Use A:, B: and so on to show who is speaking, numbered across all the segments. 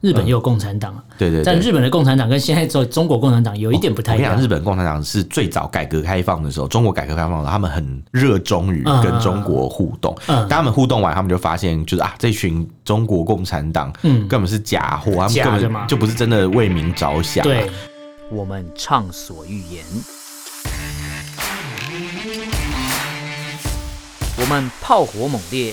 A: 日本也有共产党啊。
B: 嗯对对对哦
A: 但日本的共产党跟现在中中国共产党有一点不太
B: 我
A: 一
B: 跟你
A: 样
B: 讲，。日本共产党是最早改革开放的时候，中国改革开放的时候，他们很热衷于
A: 嗯
B: 跟中国互动。
A: 嗯
B: 当他们互动完，他们就发现，就是啊，这群中国共产党
A: 嗯
B: 根本是假货，他们
A: 假的
B: 根
A: 嘛
B: 本就不是真的为民着想。
A: 对，
C: 我们畅所欲言；我们炮火猛烈；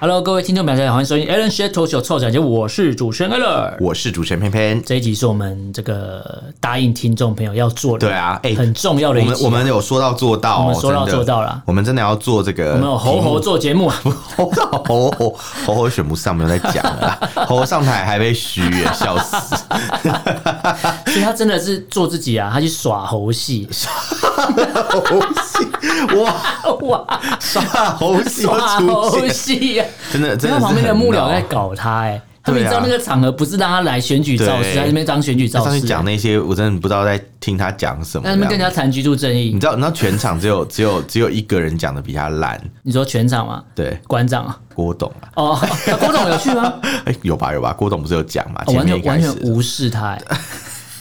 A: Hello，各位听众朋友，大家好，欢迎收听 Alan s h a t o Show 臭讲节，我是主持人 Alan。
B: 我是主持人偏偏。
A: 这一集是我们这个答应听众朋友要做的，
B: 对啊，哎、
A: 很重要的一
B: 我
A: 集
B: 们
A: 啊。
B: 我们有说到做到、哦，
A: 我们说到
B: 真的
A: 做到啦
B: 我们真的要做这
A: 我
B: 个题目，
A: 们有猴猴做节目啊，
B: 猴猴猴猴猴选不上，没有在讲了啦。猴猴上台还被虚耶，笑死！
A: 所以他真的是做自己啊，他去耍猴戏，
B: 猴戏 哇
A: 哇，
B: 耍猴戏又
A: 耍
B: 出
A: 猴
B: 现，
A: 戏啊！
B: 真的真
A: 然
B: 的
A: 后旁
B: 是
A: 边的
B: 很啊
A: 幕僚
B: 闹
A: 在搞他哎、他
B: 对啊
A: 明知道那个场合不是让他来选举造势，啊
B: 对
A: 在那边当选举
B: 他
A: 造
B: 上去
A: 势，
B: 讲那些，我真的不知道在听他讲什么
A: 那。那边
B: 这
A: 跟人
B: 样
A: 家谈居住正义
B: 你，知道，你知道全场只有只有只有一个人讲的比他烂，
A: 你说全场吗？
B: 对，
A: 馆长啊？
B: 郭董啊，
A: 哦，那郭总有去吗？
B: 哎、有吧有吧，郭董不是有讲嘛？
A: 哦
B: 前
A: 完
B: 面一
A: 全
B: 开
A: 完
B: 始
A: 全无视他、哎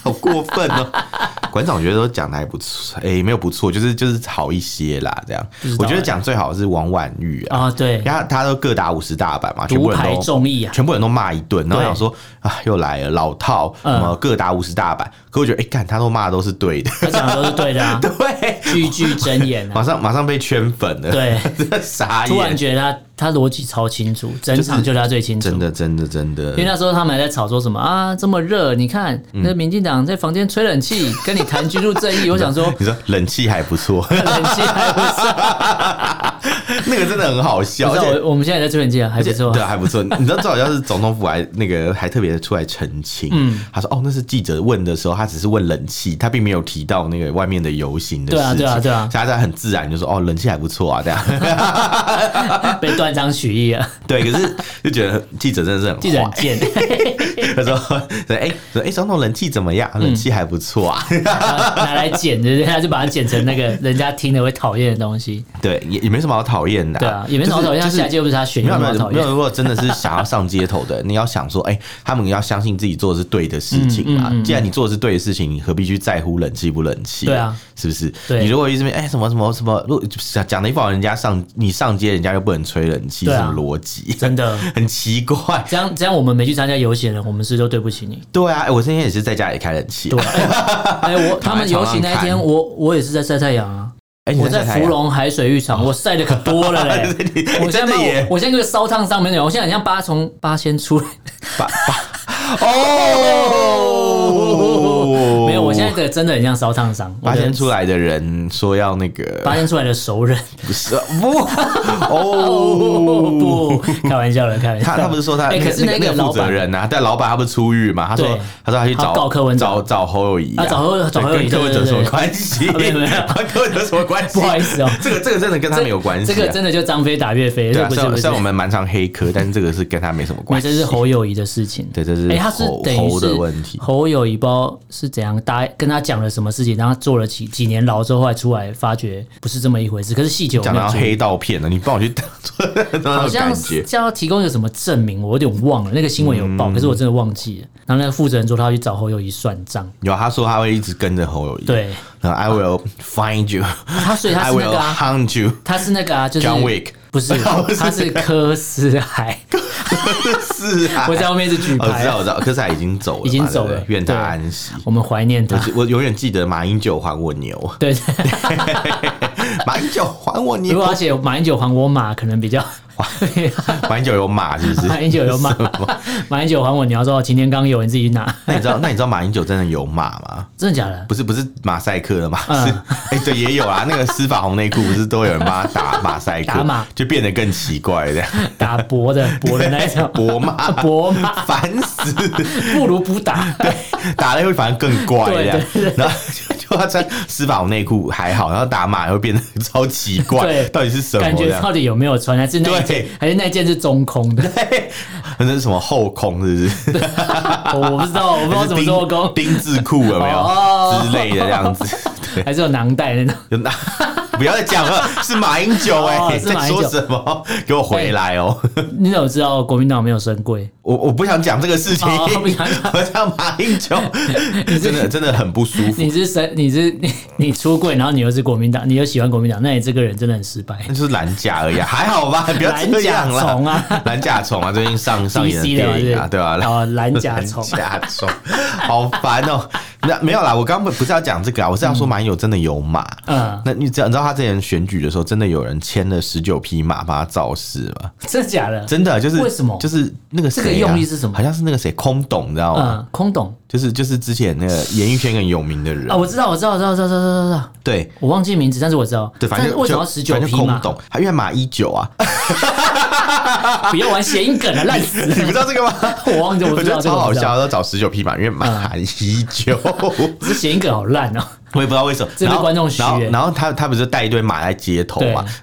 B: 好过分哦！ 馆长我觉得都讲的还不错，哎、没有不错，就是就是好一些啦，这样
A: 不知。道
B: 我觉得
A: 哎
B: 讲最好的是王婉玉啊，
A: 啊，对，
B: 然后他都各打五十大板嘛，全
A: 独
B: 部人
A: 排
B: 都
A: 众议啊，
B: 全部人都骂一顿，然后
A: 对
B: 想说啊，又来了老套，
A: 嗯
B: 什么各打五十大板。可我觉得，哎、干他都骂的都是对的，
A: 他讲的都是对的啊，
B: 对，
A: 句句真 言
B: 马
A: 啊，
B: 上马上被圈粉了，
A: 对，
B: 真的傻眼，
A: 突然觉得他他逻辑超清楚，整场就是他最清楚
B: 真。的真的真的
A: 因为，那时候他们还在吵说什么啊，这么热，你看
B: 嗯
A: 那民进党在房间吹冷 气，跟你谈居住正义，我想说
B: 你说冷气还不错，
A: 冷气还不错，
B: 那个真的很好笑，
A: 不
B: 而
A: 知道
B: 且。
A: 我我们现在在吹冷气啊，还
B: 而
A: 不
B: 且
A: 错
B: 对，。还不错。你知道，最好像是总统府还那个还特别出来澄清，
A: 嗯
B: 他说：“哦，那是记者问的时候，他只是问冷气，他并没有提到那个外面的游行的
A: 对啊
B: 事情。”
A: 对啊对啊
B: 所以他在很自然就说：“哦，冷气还不错啊。”这样
A: 被断章取义啊，
B: 对，可是就觉得记者真的是很
A: 记者很
B: 坏
A: 贱，
B: 他说：“哎、说哎、总统冷气怎么样？
A: 嗯
B: 冷气还不错啊。
A: 拿来剪，对不对？他就把它剪成那个人家听了会讨厌的东西。
B: 对，也也没什么好讨厌的、
A: 对啊，也没什么好讨厌，
B: 就
A: 他
B: 是
A: 下一届又不是他选，
B: 没有
A: 什
B: 没
A: 么好讨
B: 有没有，
A: 厌？
B: 如果真的是想要上街头的，你要想说，哎、他们要相信自己做的是对的事情
A: 嗯
B: 啊。既然你做的是对的事情，你何必去在乎冷气不冷气？
A: 对啊，
B: 是不是？
A: 对
B: 你如果一直没哎、什么什么什么，如果讲讲的一副好像人家上你上街，人家又不能吹冷气，
A: 对
B: 什
A: 啊
B: 么逻辑？
A: 真的，
B: 很奇怪。
A: 这样这样我们没去参加游行的人，我们是都对不起 你。
B: 对啊，哎、我今天也是在家里开冷气、
A: 对
B: 啊。
A: 啊，哎、哎我他们游行那一
B: 躺在
A: 天，
B: 床上
A: 我我也是在晒太阳啊。
B: 哎、你
A: 我在
B: 晒
A: 芙
B: 太阳哦
A: 蓉海水浴场，我晒的可多了嘞
B: 你你！
A: 我现在
B: 真的
A: 骂
B: 耶
A: 我我现在这个烧烫伤没有，我现在很像八从八仙出来，，
B: 吧吧哦
A: 没有，我现在的真的很像烧烫伤。
B: 八仙出
A: 来，
B: 来的人说要那个
A: 八仙出来的熟人，
B: 不是 不哦。
A: 哦 不，开玩笑了，开玩笑。
B: 他他不是说他
A: 哎，
B: 那
A: 可是
B: 那
A: 个
B: 个
A: 老
B: 负责
A: 板
B: 人呐，但老板他不是出狱嘛？他说
A: 对
B: 他说他去
A: 他
B: 找
A: 告柯文哲
B: 找找侯友谊
A: 啊找侯找侯友宜
B: 对跟柯文
A: 对对对啊
B: 哲什么关系？
A: 没有没有
B: 跟柯文哲什么关系？
A: 不好意 思哦
B: 这个这个真的跟他没有关系啊。
A: 这个真的就张飞打岳飞，
B: 啊对
A: 这
B: 啊，
A: 不
B: 虽
A: 是
B: 然
A: 不
B: 虽
A: 是
B: 然我，们蛮常黑科，但是这个是跟他没什么
A: 没
B: 关系。
A: 这是侯友谊的事情。
B: 对，这是
A: 哎，他是
B: 侯
A: 等于
B: 侯
A: 是
B: 的问题。
A: 侯友谊不知道是怎样，大家跟他讲了什么事情，然后他坐了几几年牢之后，后来出来发觉不是这么一回事。可是细节我
B: 讲
A: 没
B: 到
A: 有注意
B: 黑道片了，你帮我 去那
A: 好
B: 种
A: 像
B: 感
A: 是
B: 觉。
A: 要提供一个什么证明，我有点忘了，那个新闻有报，可是我真的忘记了。然后那个负责人说他要去找侯友谊算账，
B: 有他说他会一直跟着侯友谊。
A: 对
B: 然后，I will find you，
A: 他，所以他
B: I
A: 是那
B: will
A: 个、啊，
B: hunt you。
A: 他是那个啊，就是
B: John Wick
A: 不是，他是科斯海，
B: 是啊，
A: 我在后面是举
B: 哦我
A: 牌
B: 知道，
A: 啊，
B: 我知道，科斯海已经走了嘛，
A: 已经走
B: 对不
A: 了
B: 对愿他
A: 对啊
B: 安息。
A: 我们怀念
B: 我
A: 他，
B: 只我永远记得马英九还我牛，
A: 对。
B: 马英九还我
A: 如
B: 牛
A: 果，而且马英九还我马，可能比较
B: 马英九有马是不是？
A: 马英九有马
B: 什么，
A: 马英九还我你要说擎天刚有，你自己拿，
B: 那你知道那你知道马英九真的有马吗？
A: 真的假的？
B: 不是不是马赛克的马，
A: 嗯
B: 是哎、对也有啊，那个司法红内裤不是都有人帮他打马赛克，
A: 打马
B: 就变得更奇 怪这样，
A: 打薄 的薄的那一种，
B: 博马
A: 薄马
B: 烦死，
A: 不如不打，
B: 打了会反而更怪这样，然后就就就他穿丝袜内裤还好，然后打码会变得超奇怪
A: 对，
B: 到底是什么
A: 感
B: 这
A: 觉
B: 样？
A: 到底有没有穿？还是那一件
B: 对？
A: 还是那一件是中空 的？
B: 那是什么后空是不是？
A: 我我不知道，我不知道
B: 还是
A: 怎么做工，
B: 丁丁字裤有没
A: 哦
B: 有之类的这样子？对，
A: 还是有囊袋那种。
B: 就那不要再讲了，是马英九
A: 哦
B: 哎、
A: 是马
B: 在
A: 英九
B: 说什么？给我回来哦！
A: 你怎么知道国民党没有升贵？
B: 我我不想讲这个事情，
A: 哦不想讲
B: 我讲马英 九真的真的很不舒服
A: 你。是神，你是 你你出柜，然后你又是国民党，你又喜欢国民党，那你这个人真的很失败
B: 那。就是蓝甲而已、啊，还好吧，不要这样
A: 蓝甲虫
B: 啦
A: 啊。
B: 蓝甲虫啊，最近上上演
A: DC
B: 的
A: 的嘛
B: 电影啊，
A: 是
B: 对吧？
A: 哦蓝甲虫
B: 蓝甲虫， 好烦哦。那没有啦，我刚刚不是要讲这个啊，我是要说马英九真的有马。
A: 嗯，
B: 那你知道你知道他之前选举的时候，真的有人牵了十九匹马帮他造势吗？
A: 真的假的？
B: 真的就是
A: 为什么
B: 就是那个谁啊
A: 这个用意是什么
B: 好像是那个谁空董，你知道吗？
A: 嗯，空董
B: 就是就是之前那个演艺圈很有名的人
A: 啊，，我知道，我知道，我知道，我知道，我知道，我知道，
B: 对
A: 我忘记名字，但是我知道。
B: 对，反
A: 但
B: 正
A: 是
B: 就
A: 为什么要十九
B: 反正
A: 匹
B: 就空
A: 嘛？
B: 董，他因为马一 九啊，
A: 不要玩谐音 梗了，啊烂死
B: 你不
A: 了！
B: 知道这个吗？
A: 我忘记，我
B: 我
A: 不
B: 觉
A: 知道
B: 得
A: 这个
B: 超
A: 我
B: 好
A: 不知
B: 笑，
A: 道，嗯
B: 要找十九匹马，因为马依旧，
A: 这谐音梗好烂哦。
B: 我也不知道为什么。
A: 这被
B: 然后
A: 观众许
B: 然后
A: 愿
B: 然后他他不是带一堆马在街头嘛？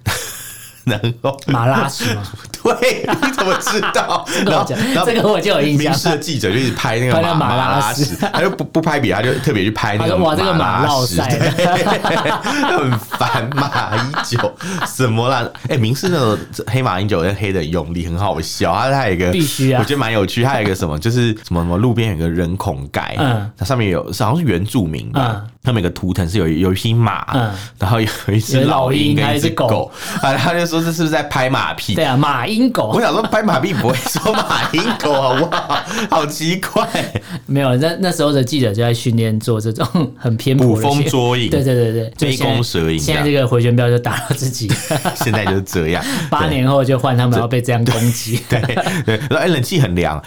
B: 然后
A: 马拉屎嘛，
B: 对，你怎么知道？
A: 个我
B: 然后
A: 讲
B: 然后
A: 这个我就有印象
B: 民视的记者就一直拍那个
A: 拍那
B: 马
A: 马拉
B: 拉
A: 屎
B: 屎，他就不不拍别的，他就特别去拍 那
A: 他
B: 个
A: 说哇这个马
B: 拉
A: 落
B: 屎
A: 塞
B: 对 很烦马英九什么啦？哎，民视那种黑马英九跟黑的很用力，很好笑。他他有一个
A: 必须啊
B: 我觉得蛮有趣。他有一个什么， 就是什么什么路边有个人孔盖，
A: 嗯
B: 嗯，它上面有好像是原住民吧
A: 嗯，
B: 他们有个图腾是有有一匹马，
A: 嗯
B: 然后有一只
A: 有一
B: 老
A: 老
B: 鹰
A: 鹰还有
B: 跟一
A: 一只
B: 只
A: 狗
B: 狗，啊，他就说这是不是在拍马屁？
A: 对啊，马英
B: 我
A: 狗
B: 想说拍马屁不会说马英狗好不好？好奇怪，
A: 没有。那那时候的记者就在训练做这种 很偏颇
B: 捕
A: 的
B: 风
A: 写
B: 捉影。
A: 对对对对，就
B: 杯
A: 现在
B: 弓蛇影
A: 现在
B: 这
A: 这个回旋镖就打到自 己，
B: 现在就是这样。
A: 八年后就换他们要被这样攻击。
B: 对对，说哎，冷气很 凉，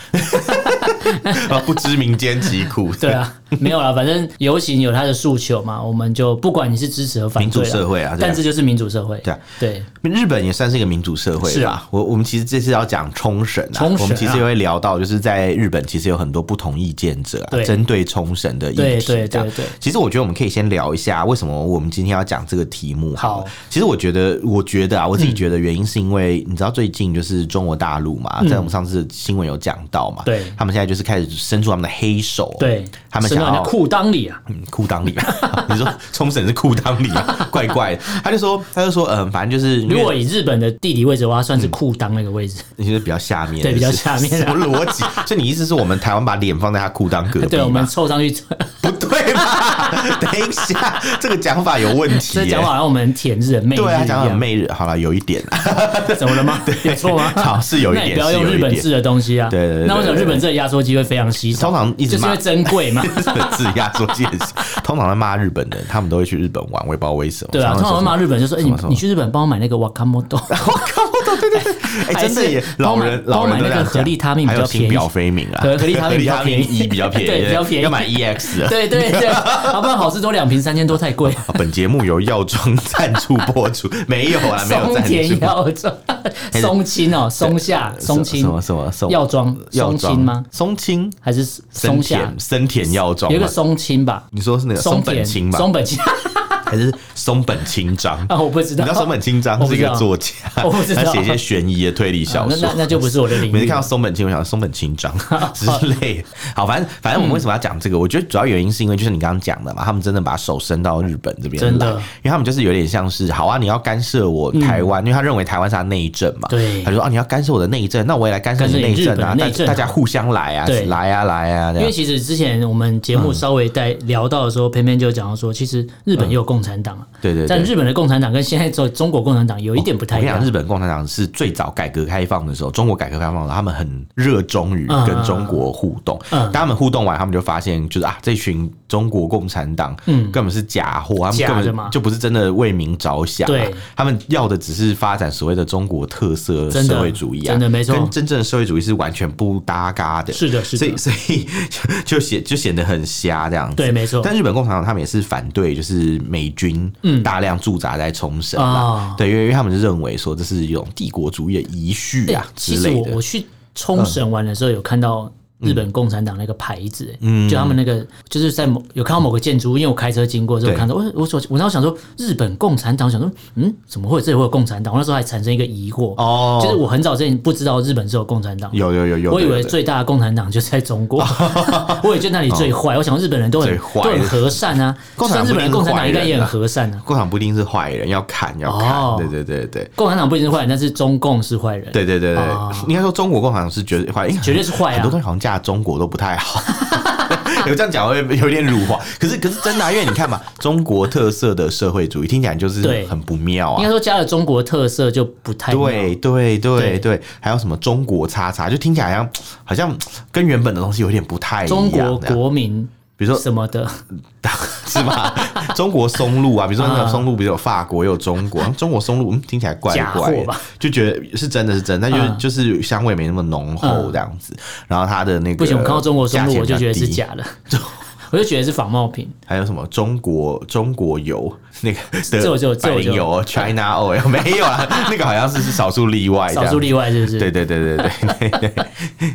B: 啊，不知民间疾苦。
A: 对，啊，没有啦，反正游行有他的诉求嘛，我们就不管你是支持和反
B: 民
A: 对
B: 主
A: 啦
B: 社会啊，
A: 但
B: 但
A: 这
B: 是
A: 就是民主社会。
B: 对啊
A: 对，
B: 日本也算是一个民主社会
A: 是
B: 吧
A: 啊。
B: 我我们其实这次要讲冲绳啊，
A: 冲绳啊
B: 我们其实也会聊到，就是在日本其实有很多不同意见者啊
A: 对
B: 针对冲绳的议
A: 对
B: 题。
A: 对
B: 这样
A: 对对
B: 其实我觉得我们可以先聊一下为什么我们今天要讲这个题目。
A: 好，嗯
B: 其实我觉得，我觉得啊，我自己觉得原因是因为你知道最近就是中国大陆嘛，在我们上次新闻有讲到嘛，
A: 嗯对
B: 他们现在就是开始伸出他们的黑手，哦
A: 对，
B: 他们
A: 伸
B: 想
A: 到你的
B: 要
A: 裤裆里啊，
B: 嗯裤裆里 面，你说冲绳是裤裆里吗？怪怪的，他就说他就说嗯，反正就是因为
A: 如果以日本的地理位置的话，算是裤裆那个位置。
B: 你是比较下面，
A: 对比较下面啊
B: 是什么逻辑？所以你意思是我们台湾把脸放在他裤裆隔壁吗？
A: 对，我们凑上去，这
B: 不对吧？等一下，这个讲法有问题、耶
A: 讲法好像我们舔日的媚日
B: 对啊，
A: 一
B: 讲法很
A: 样，
B: 媚日，好了，有一点啦，
A: 怎么了 吗？有错吗？
B: 好是有一
A: 那也
B: 点，
A: 不要
B: 是
A: 用
B: 有
A: 日
B: 一
A: 本
B: 点
A: 制的东西啊。
B: 对对对对
A: 那为什么日本制的压缩机会非常稀少？
B: 通常一
A: 就是
B: 直
A: 因
B: 骂
A: 为珍贵 嘛。
B: 字压缩界限，通常在骂日本人，他们都会去日本玩，我也不知道为什么。
A: 对啊，通常会
B: 会
A: 骂日本就说：“哎，
B: 什
A: 你
B: 么什么
A: 你去日本帮我买那个 wakamoto，
B: 哎、
A: 还
B: 真的
A: 是
B: 耶，
A: 帮
B: 老
A: 我买
B: 人
A: 帮
B: 老
A: 我
B: 人
A: 买
B: 都
A: 那
B: 这
A: 个
B: 样
A: 合
B: 讲
A: 利他命
B: 还
A: 比
B: 有
A: 较便
B: 新
A: 宜
B: 表飞明啊，
A: 对合利他命比较
B: 合利
A: 便宜
B: 一，E 比较便 宜，
A: 对比较便宜
B: 要买 E EX 了。
A: 对 对对，好不然好事多两瓶三千多太贵。
B: 本节目由药妆赞助播出， 没有啊，没有
A: 松
B: 赞
A: 田
B: 助。
A: 药妆，松青哦，松下松青
B: 什么什么什么
A: 药妆
B: 药
A: 松青吗？
B: 松青，
A: 还是
B: 森
A: 松下
B: 田？森田药妆
A: 有一
B: 吗
A: 个？松青吧，
B: 你说是那个松
A: 松
B: 本
A: 田
B: 清吧？
A: 松本清
B: 还是松本清张？
A: 啊，我不知
B: 你
A: 道，
B: 知道松本清张是一个作家，
A: 我不知道
B: 他写一些悬疑的推理小
A: 啊那
B: 说
A: 那。那就不是我的领
B: 每次
A: 域
B: 看。到松本清，我想松本清 张之类的。好，反正反正我们为什么要讲这个？我觉得主要原因是因为就是你刚刚讲的嘛，他们真的把手伸到日本这边
A: 真的
B: 来，因为他们就是有点像是好啊，你要干涉我台湾，因为他认为台湾是他内政
A: 嗯
B: 嘛，
A: 对
B: 他就说啊你要干涉我的内政，那我也来干涉你的内政
A: 干涉你日
B: 啊，
A: 本的
B: 大
A: 内政
B: 大家互相来啊
A: 对，
B: 来啊来啊，这
A: 因为
B: 样
A: 其实之前我们节目稍微在聊到的时候，偏偏就讲到说，其实日本也有共产党啊，
B: 嗯对对对哦
A: 但日本的共产党跟现在中中国共产党有一点不太
B: 我
A: 一
B: 跟你
A: 样
B: 讲，。日本共产党是最早改革开放的时候，中国改革开放的时候，他们很热衷于
A: 嗯
B: 跟中国互动。
A: 嗯
B: 当他们互动完，他们就发现，就是啊，这群中国共产党，
A: 嗯
B: 根本是假货，他们
A: 假的
B: 根
A: 嘛
B: 本就不是真的为民着想、啊，
A: 对，
B: 他们要的只是发展所谓的中国特色
A: 真的
B: 社会主义啊，
A: 真的没错
B: 跟真正的社会主义是完全不搭嘎的。
A: 是的，是
B: 所以
A: 的，
B: 所以就显就显得很瞎这样子。
A: 对，没错。
B: 但日本共产党他们也是反对，就是美军大量驻扎在冲绳啦
A: 啊，
B: 对，因为因为他们是认为说这是一种帝国主义的遗绪啊
A: 欸
B: 之
A: 其实
B: 类
A: 我
B: 的
A: 我。去冲绳玩的时候，有看到日本共产党那个牌子、欸
B: 嗯
A: 就他们那个就是在某有看到某个建筑，因为我开车经过之后
B: 对
A: 看到，我我所我那时候想说日本共产党，想说嗯，怎么会有这里会有共产党？我那时候还产生一个疑惑，
B: 哦
A: 就是我很早之前不知道日本是有共产党，
B: 有有有有，
A: 我以
B: 对
A: 为
B: 对
A: 最大的共产党就在中 国，我也觉得那里最坏。我想日本人都很
B: 哦最坏
A: 都很和善啊，
B: 共产
A: 像
B: 党
A: 日本人共产党应该也很和善啊。
B: 共产党不一定是坏人，要看要看，
A: 哦
B: 对对对对
A: 共产党不一定是坏人，但是中共是坏人。
B: 对对对对，
A: 哦
B: 应该说中国共产党是绝对坏，因为
A: 绝对是坏啊
B: 很多东西好像嫁中国都不太好。 有这样讲会有点辱华，可是可是真的、啊，因为你看嘛，中国特色的社会主义听起来就是
A: 对
B: 很不妙
A: 应
B: 啊
A: 该。说加了中国特色就不太妙
B: 对对对
A: 对
B: 对，还有什么中国叉叉，就听起来好像好像跟原本的东西有点不太一样。
A: 中国
B: 这样
A: 国民
B: 比如说
A: 什么的，
B: 是吧？ 中国松露啊，比如说那个
A: 啊
B: 松露，比如有法国，也有中国，中国松露，嗯，听起来怪
A: 假货
B: 怪的
A: 吧，
B: 就觉得是真的是真的，但就是
A: 嗯
B: 就是香味没那么浓厚这样子。然后它的那个
A: 不行，我看到中国松
B: 价
A: 露
B: 钱
A: 我就觉得是
B: 比较低。
A: 假的， 我就觉得是仿冒品。
B: 还有什么中国中国油那个
A: 这我就
B: 的
A: 这
B: 百
A: 我就
B: 灵油 China Oil 没有啊？ 那个好像是是少数例外，
A: 少数例
B: 外。
A: 外是不是？
B: 对对对对对对 对，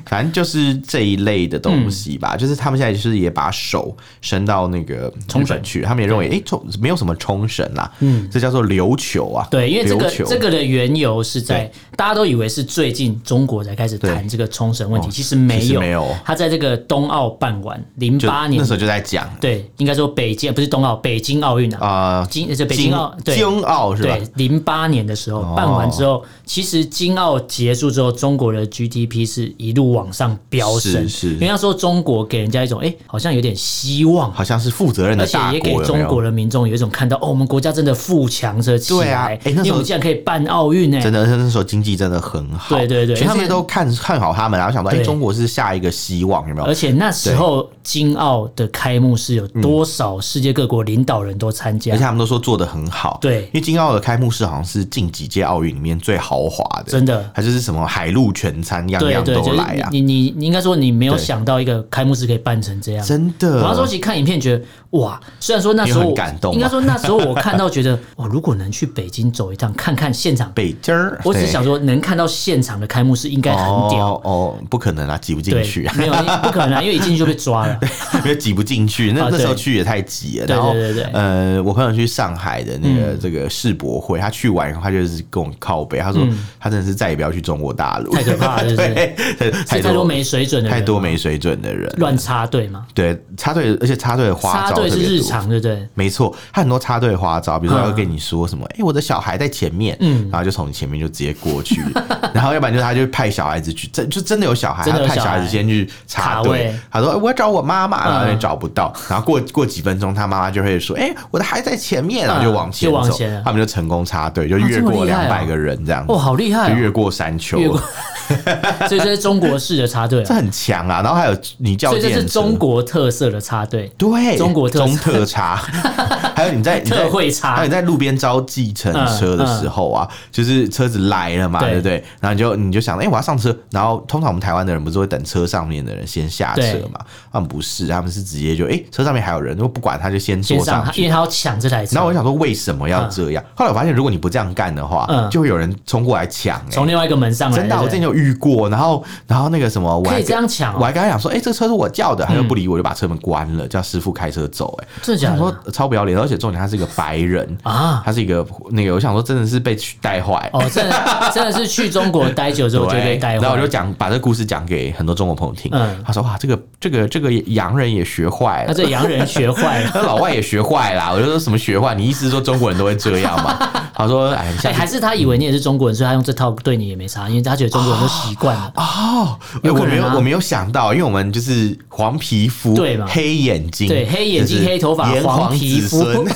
B: 反正就是这一类的东西
A: 嗯
B: 吧，就是他们现在就是也把手伸到那个
A: 冲绳
B: 日本去，他们也认为哎冲没有什么冲绳啦，嗯，这叫做琉球啊，
A: 对，因为这个
B: 琉球
A: 这个的缘由是在大家都以为是最近中国才开始谈
B: 对
A: 这个冲绳问题，
B: 哦
A: 其实没
B: 其实
A: 有，
B: 没有
A: 他在这个冬奥办完零
B: 就
A: 八年
B: 那时，候就在讲
A: 对，应该说北京不是冬奥，北京奥运啊，
B: 啊，
A: 京就北京奥对
B: 京奥是吧哦
A: 对？，零八年的时候、办完之后，其实京奥结束之后，中国的 GDP 是一路往上飙升，
B: 是是
A: 因为那时候中国给人家一种哎、诶好像有点希望。
B: 好像是负责任
A: 而
B: 的
A: 且
B: 大
A: 也给
B: 国，有没
A: 中
B: 有
A: 国的民众有一种看到哦，我们国家真的富强着起
B: 对啊
A: 来，
B: 诶那时
A: 因为
B: 候
A: 我们竟然可以办奥运呢、哎
B: 真的，那时候经济真的很好，
A: 对对对
B: 全
A: 他
B: 世
A: 们
B: 界都看看好他们，然后想到，哎、
A: 对
B: 中国是下一个希望，有没
A: 而
B: 有？
A: 且那时候京奥的开幕式有多少世界各国领导人都参加
B: 而且，他们都说做的很好，
A: 对
B: 因为金奥的开幕式好像是近几届奥运里面最豪华的，
A: 真的
B: 它就是什么海陆全餐，样
A: 对
B: 样
A: 对，
B: 都
A: 就是
B: 来啊，
A: 你你你应该说你没有
B: 对
A: 想到一个开幕式可以办成这样。
B: 真的。
A: 我那时候其实看影片觉得哇，虽然说那时
B: 你
A: 候
B: 很感动吗啊
A: 应该说那时候我看到觉得哦，如果能去北京走一趟看看现场，
B: 北京儿，
A: 我只是
B: 对
A: 想说能看到现场的开幕式应该很屌。
B: 哦哦，不可能啊，挤不进
A: 对
B: 去，啊，
A: 没有不可能啊，因为一进去就被抓了。
B: 因为挤不进去。那
A: 啊
B: 那时候
A: 对
B: 去也太挤了。
A: 对
B: 然后
A: 对嗯对对
B: 呃，我朋友去上海的那个这个世博会，他去完以后，他就是跟我靠背，他说他真的是再也不要去中国大陆，
A: 嗯太可怕了是不是
B: 对
A: 是
B: 太
A: 太多没水准的人，
B: 太多没水准的人，
A: 乱插队嘛，
B: 对插队，而且插队的花
A: 插
B: 招
A: 队
B: 特
A: 是
B: 别
A: 日
B: 多嗯
A: 常，对不对？
B: 没错，他很多插队花招，比如
A: 嗯
B: 说他会跟你说什么，哎、我的小孩在前面，然后就从你前面就直接过去， 然后要不然就是他就派小孩子去，真就真的有小孩，
A: 真
B: 他
A: 的有
B: 派小孩
A: 小
B: 子
A: 孩
B: 先去插
A: 卡
B: 队
A: 位，
B: 他说、哎我要找我妈妈，
A: 嗯
B: 然后也找不到，然后过过几分钟，他妈妈就会说，哎、我的孩子在前面，然后
A: 嗯
B: 就往前
A: 就
B: 走，
A: 往前了
B: 他们就成功插队，就越
A: 这么
B: 过
A: 厉害哦
B: 两百个人这样子，
A: 哇，好厉害
B: 就
A: 哦！
B: 越过山丘
A: 越
B: 了，
A: 过所以这是中国式的插队
B: 这
A: 啊，
B: 很强啊！然后还有你叫
A: 所以这
B: 电
A: 是
B: 车
A: 中国特色的插队。
B: 对，
A: 中国特
B: 中特 差，还有你在你在
A: 特惠差嗯
B: 还有你在路边招计程车的时候啊，就是车子来了嘛，
A: 对
B: 对不对？然后你就你就想，哎、我要上车。然后通常我们台湾的人不是会等车上面的人先下车
A: 对
B: 嘛？他们不是，他们是直接就，哎、车上面还有人，我不管他就先
A: 先
B: 坐
A: 上
B: 上，
A: 因
B: 去。
A: 为他要抢这台车。
B: 然后我想说，为什么要这样？后来我发现，如果你不这样干的话，
A: 嗯
B: 就会有人冲过来抢、哎
A: 从另外一个门上来，
B: 真的啊、我
A: 对不
B: 之
A: 对
B: 前有遇过，然后然后那个什么，我
A: 可
B: 还
A: 以这样抢哦
B: 我还跟他讲说，哎、这个车是我叫的，他就不理我，就把车门关了，叫师傅开车走、哎，
A: 真的假
B: 我想
A: 的
B: 说超不要脸，而且重点他是一个白人
A: 啊
B: 他是一个那个，我想说真的是被取带坏。
A: 哦，真 的真的是去中国待久之后就哦被
B: 对，
A: 带
B: 然
A: 坏，
B: 后我就讲把这故事讲给很多中国朋友听，
A: 嗯
B: 他说哇，这个这个这个洋人也学坏
A: 那
B: 了，
A: 这洋人学 坏了。
B: 那老外也学坏啦。我就说什么学坏？你意思是说中国人都会这样吗？ 他说哎，你
A: 哎、
B: 下次
A: 还是他以为你也是中国人，所以他用这套对你也没差，因为他觉得中国人都习惯了。
B: 哦，哎
A: 有
B: 我
A: 可
B: 没
A: 能
B: 有
A: 啊
B: 我没有想到，因为我们就是黄皮肤，
A: 对嘛
B: 黑眼睛，
A: 对黑眼睛
B: 就是
A: 黑头发
B: 炎
A: 黄
B: 黄
A: 皮
B: 子
A: 肤
B: 孙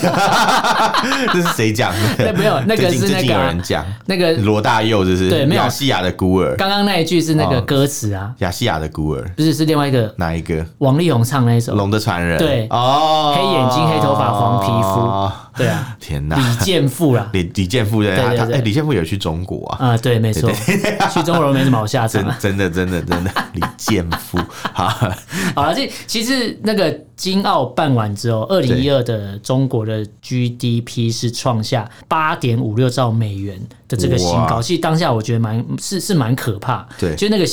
B: 这是谁讲的？
A: 那 没有那个
B: 最近
A: 是那
B: 最近
A: 个
B: 有
A: 啊
B: 人讲
A: 那个
B: 罗大佑，就是
A: 对没有
B: 亚细亚的孤儿，
A: 刚刚那一句是那个
B: 哦
A: 歌词啊，
B: 亚细亚的孤儿
A: 不是是另外一个
B: 哪一个？
A: 王力宏唱那一首，
B: 龙的传人，
A: 对
B: 哦，
A: 黑眼睛黑头发黄皮肤对啊，
B: 天哪！
A: 李健富啊啦，
B: 李李健富对
A: 对
B: 他
A: 对
B: 他
A: 对
B: 哎，李健富有去中国啊？
A: 啊、对，没错， 去中国人没什么好 下场
B: 真
A: 啊。
B: 真的真的真的李健富，好，
A: 好了，这其实那个金澳办完之后，二零一二的中国的 GDP 是创下八点五六兆美元的这个新高。
B: 哇
A: 其实当下我觉得蛮是是蛮可怕，
B: 对
A: 就那个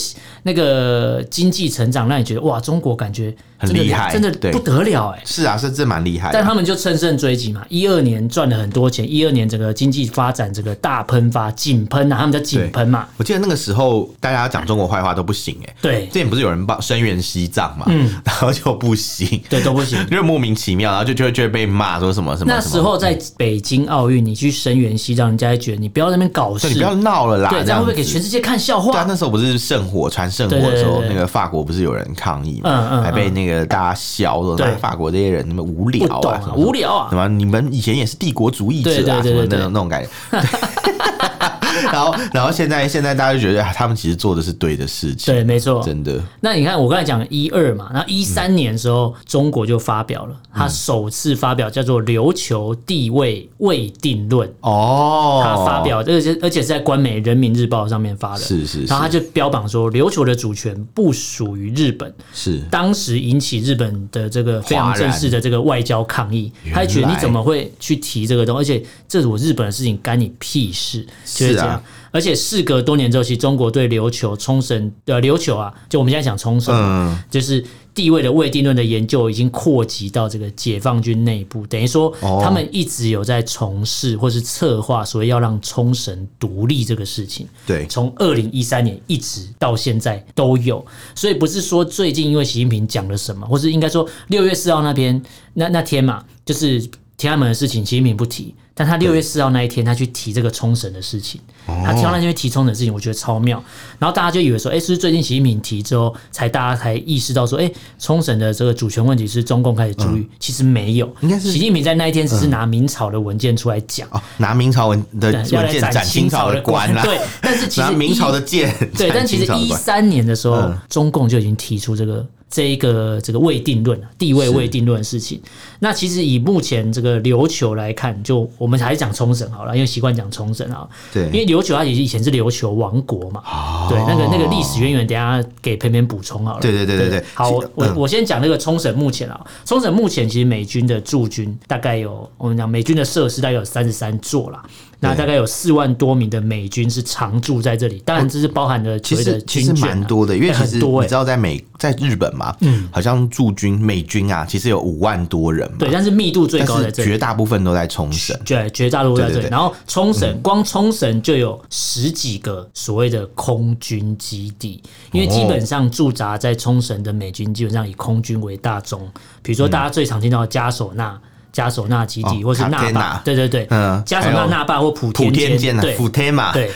A: 那个经济成长让你觉得哇，中国感觉
B: 很
A: 真的
B: 厉害
A: 真的
B: 对
A: 不得了哎、
B: 是啊，是这蛮厉害的。
A: 但他们就乘胜追击嘛，一二年赚了很多钱，一二年整个经济发展这个大喷发、井喷啊，他们叫井喷嘛，
B: 我记得那个时候大家讲中国坏话都不行哎、
A: 对
B: 之前不是有人帮声援西藏嘛，然后就不行，
A: 嗯对都不行。
B: 因为莫名其妙，然后就就就会被骂说什么什么
A: 那
B: 什么
A: 时候在北京奥运，你去声援西藏，人家会觉得你不要在那边搞事，
B: 对你不要闹了啦，
A: 对，这样会不会给全
B: 子
A: 世界看笑
B: 对啊，
A: 话？
B: 那时候不是圣火传圣火
A: 对对
B: 的时候，
A: 对对
B: 那个法国不是有人抗议嘛，
A: 嗯嗯
B: 还被那个大家笑说
A: 对
B: 哎法国这些人那么无
A: 不
B: 聊
A: 懂
B: 啊，
A: 啊
B: 什么，
A: 无聊
B: 什
A: 啊！
B: 么你们以前也是帝国主义者
A: 对对对
B: 啊，
A: 对
B: 什么那
A: 对
B: 种那种感觉。 对然后，然后现在现在大家就觉得啊他们其实做的是对的事情，
A: 对，没错。
B: 真的
A: 那你看，我刚才讲一二嘛，然后一三年的时候，中国就发表了，
B: 嗯
A: 它首次发表叫做《琉球地位未定论》。
B: 哦。
A: 他发表，而且而且是在官媒《人民日报》上面发的，
B: 是是是
A: 然后他就标榜说，琉球的主权不属于日本。
B: 是
A: 当时引起日本的这个非常
B: 哗然
A: 正式的这个外交抗议，
B: 原
A: 他
B: 来
A: 还觉得你怎么会去提这个东西？而且这是我日本的事情，干你屁事，就是
B: 是
A: 这
B: 啊
A: 样。而且事隔多年之后，其实中国对琉球、冲绳呃琉球啊，就我们现在讲冲绳
B: 嗯
A: 嘛，就是地位的未定论的研究已经扩及到这个解放军内部，等于说
B: 哦
A: 他们一直有在从事或是策划所谓要让冲绳独立这个事情。
B: 对
A: 从二零一三年一直到现在都有，所以不是说最近因为习近平讲了什么，或是应该说六月四号那边那那天嘛，就是天安门的事情，习近平不提，但他六月四号那一天他去提这个冲绳的事情，
B: 哦
A: 他听到那天提冲绳的事情，我觉得超妙，然后大家就以为说，哎、是不是最近习近平提之后，才大家才意识到说，哎、冲绳的这个主权问题是中共开始注意，其实没有，
B: 应该是
A: 习近平在那一天只是拿明朝的文件出来讲。
B: 哦，拿明朝文的
A: 要
B: 文
A: 来
B: 件
A: 斩
B: 斩清朝的官啦，
A: 对，但是其
B: 拿
A: 实
B: 明朝
A: 一
B: 的剑，
A: 对，
B: 斩
A: 但其
B: 清
A: 实
B: 朝的嗯
A: 一
B: 官
A: 三年的时候，中共就已经提出这个这一个这个未定论啊，地位未定论的事情。那其实以目前这个琉球来看，就我们还是讲冲绳好了，因为习惯讲冲绳啊。
B: 对
A: 因为琉球它以前是琉球王国嘛，对，那个那个历史渊源，等一下给偏偏补充好了。
B: 哦对对对对对嗯
A: 好，
B: 其
A: 我我我先讲那个冲绳目前啊，冲绳目前其实美军的驻军大概有，我们讲美军的设施大概有三十三座啦。那
B: 对
A: 大概有四万多名的美军是常驻在这里，当然这是包含了
B: 其
A: 其
B: 实
A: 实
B: 其实蛮多的，因为其实
A: 啊很多
B: 你
A: 哎、
B: 知道，在美在日本嘛，好像驻军美军啊，其实有五万多人嘛，
A: 对，但是密度最
B: 但
A: 高
B: 是
A: 在这里。
B: 绝大部分都在冲绳。
A: 对，绝大多数在这里。
B: 对对对嗯
A: 然后冲绳，光冲绳就有十几个所谓的空军基地，因为
B: 哦
A: 基本上驻扎在冲绳的美军基本上以空军为大宗，比如说大家最常听到的加索纳。加索纳基地，
B: 嗯哦
A: 或是纳
B: 卡天
A: 坝
B: 纳，
A: 对对对，
B: 嗯
A: 加索纳
B: 还有
A: 纳坝或普
B: 普天
A: 间
B: 间，啊
A: 对，
B: 普天嘛，
A: 对，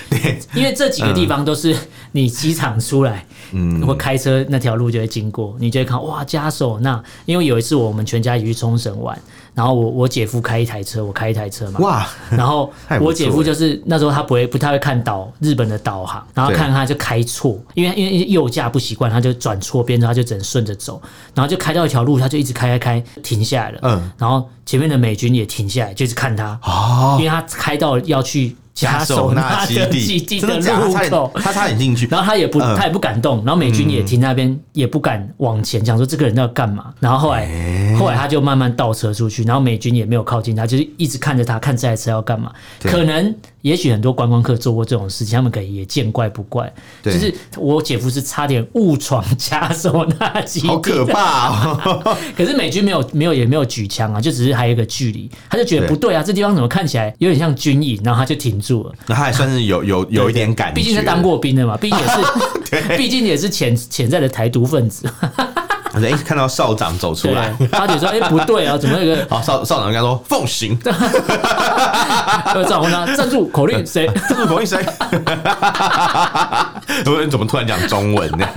A: 因为这几个地方都是你机场出来，或开车那条路就会经过，你就会看哇加索纳。因为有一次我们全家一起去冲绳玩，然后我我姐夫开一台车，我开一台车嘛，
B: 哇，
A: 然后
B: 太不错
A: 我姐夫就是那时候他不会不太会看导日本的导航，然后
B: 对
A: 看他就开错，因为因为右驾不习惯，他就转错边，他就只能顺着走，然后就开到一条路，他就一直开开开，停下来了。
B: 嗯，
A: 然后前面的美军也停下来，就是看他，
B: 哦，
A: 因为他开到要去
B: 加
A: 手
B: 手纳
A: 基地
B: 基地，真
A: 的
B: 的假
A: 路
B: 的？差
A: 口
B: 点，他差点进去，
A: 然后他也不，
B: 嗯
A: 他也不敢动，然后美军也停在那边，也不敢往前，想说这个人要干嘛。然后后来，
B: 哎
A: 后来他就慢慢倒车出去，然后美军也没有靠近他，就是一直看着他，看这台车要干嘛。
B: 对
A: 可能也许很多观光客做过这种事情，他们可能也见怪不怪。就
B: 对
A: 是我姐夫是差点误闯加索纳基地，
B: 好可怕哦！
A: 可是美军没有没有也没有举枪啊，就只是还有一个距离，他就觉得
B: 对
A: 不对啊，这地方怎么看起来有点像军营，然后他就停住了。
B: 那他还算是有有有一点感觉，
A: 毕竟是当过兵的嘛，毕竟也 是，毕竟也是潜潜在的台独分子。
B: 我说，哎，看到少长走出
A: 对
B: 来，，
A: 他就说：“哎、不对啊，怎么那个
B: 好，少少长跟他说奉行， 这
A: 呃赵红呢？站住，口 令谁？
B: 是冯一生。怎么怎么突然讲中文呢？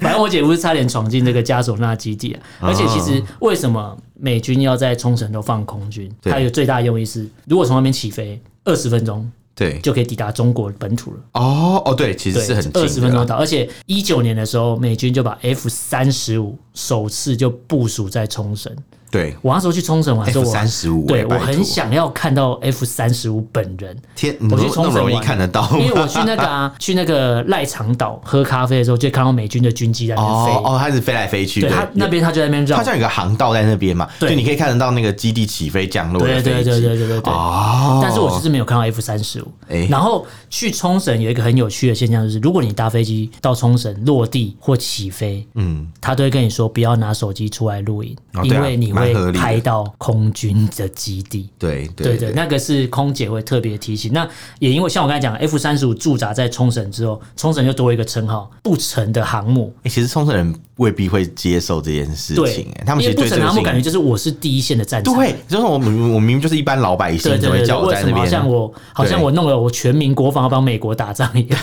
A: 反正我姐夫是差点闯进这个加索纳基地啊。而且其实为什么美军要在冲绳都放空军？
B: 对
A: 它有最大的用意是，如果从那边起飞，二十分钟
B: 对，
A: 就可以抵达中国本土了。”
B: 哦哦，对，其实是很近的
A: 二
B: 啦
A: 十分钟到，而且一九年的时候，美军就把 F 三十五首次就部署在冲绳，
B: 对
A: 我那时候去冲绳玩的时候，我
B: F35
A: 对
B: 哎
A: 我
B: 拜托
A: 很想要看到 F 三十五本人。
B: 天，你
A: 我去
B: 那
A: 冲
B: 么
A: 绳
B: 容易
A: 玩
B: 看得到吗？
A: 因为我去那个啊，去那个赖长岛喝咖啡的时候，就看到美军的军机在那边飞。
B: 哦哦，它是飞来飞去的，
A: 对他那边，他就在那边绕
B: 它。像有个航道在那边嘛，
A: 对
B: 就你可以看得到那个基地起飞降落的
A: 对
B: 飞机。
A: 对对对对对对。
B: 哦，
A: 但是我就是没有看到 F 三十五
B: 哎。
A: 然后去冲绳有一个很有趣的现象，就是如果你搭飞机到冲绳落地或起飞，
B: 嗯，
A: 他都会跟你说不要拿手机出来录影，
B: 哦对啊
A: 因为你
B: 蛮合
A: 会
B: 理的
A: 拍到空军的基地。
B: 对
A: 对
B: 对
A: 对，那个是空姐会特别提醒。那也因为像我刚才讲，F 三十五驻扎在冲绳之后，冲绳就多了一个称号“不成的航母
B: 欸其实冲绳人未必会接受这件”。事
A: 对
B: 情，欸，他们
A: 因
B: 其
A: 为不
B: 实对这
A: 成的
B: 个事
A: 航母感觉
B: 情
A: 就是我是第一线的战场。
B: 对，就是我们我明明就是一般老百
A: 对
B: 姓，
A: 对
B: 怎么
A: 对
B: 会
A: 对，
B: 叫我
A: 为
B: 在
A: 什
B: 那
A: 么好
B: 边？
A: 像我好像我弄了我全民国防要帮美国打 仗一样？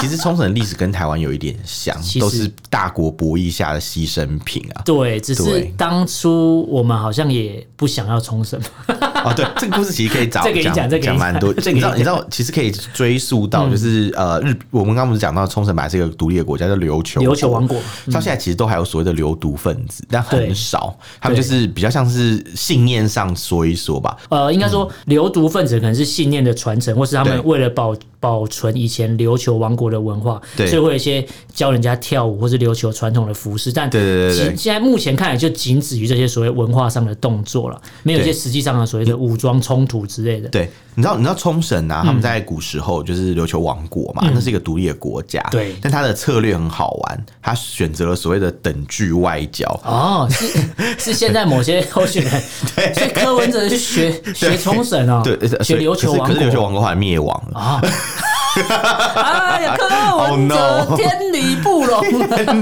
B: 其实冲绳的历史跟台湾有一点像
A: 其实，。
B: 都是大国博弈下的牺牲品 啊
A: 对，只是
B: 对
A: 当初我们好像也不想要冲绳。
B: 哦，对，这个故事其实可以找
A: 这个也讲这个也
B: 讲蛮 多。
A: 讲这个也嗯
B: 你知
A: 讲
B: 道，你知道，其实可以追溯到就是呃，日，我们刚刚不是讲到冲绳本来是一个独立的国家，叫琉球
A: 琉球王国
B: 到现在其实都还有所谓的流毒分子，但
A: 嗯对
B: 很少，他们就是比较像是信念上说一说吧。
A: 呃，应该说流毒分子可能是信念的传承，或是他们
B: 嗯对
A: 为了保保存以前琉球王国的文化，所
B: 对
A: 以会有一些教人家跳舞或是琉球传统的服饰。但
B: 对对对对
A: 其现在目前看来就仅止于这些所谓文化上的动作了，没有一些
B: 对
A: 实际上的所谓的武装冲突之类的。
B: 对，你知道，你知道冲绳
A: 嗯
B: 啊，他们在古时候就是琉球王国嘛，那是一个独立的国家。
A: 对
B: 但他的策略很好玩，他选择了所谓的等距外交。
A: 哦，是是现在某些 候选人，所以柯文哲去学学冲绳哦，
B: 对，呃
A: 学
B: 所以
A: 琉球
B: 可是
A: 王
B: 可是
A: 国
B: 琉球王国后来灭亡 了，
A: 啊！哎呀，柯文
B: Oh
A: 哲
B: no
A: 天理不 容。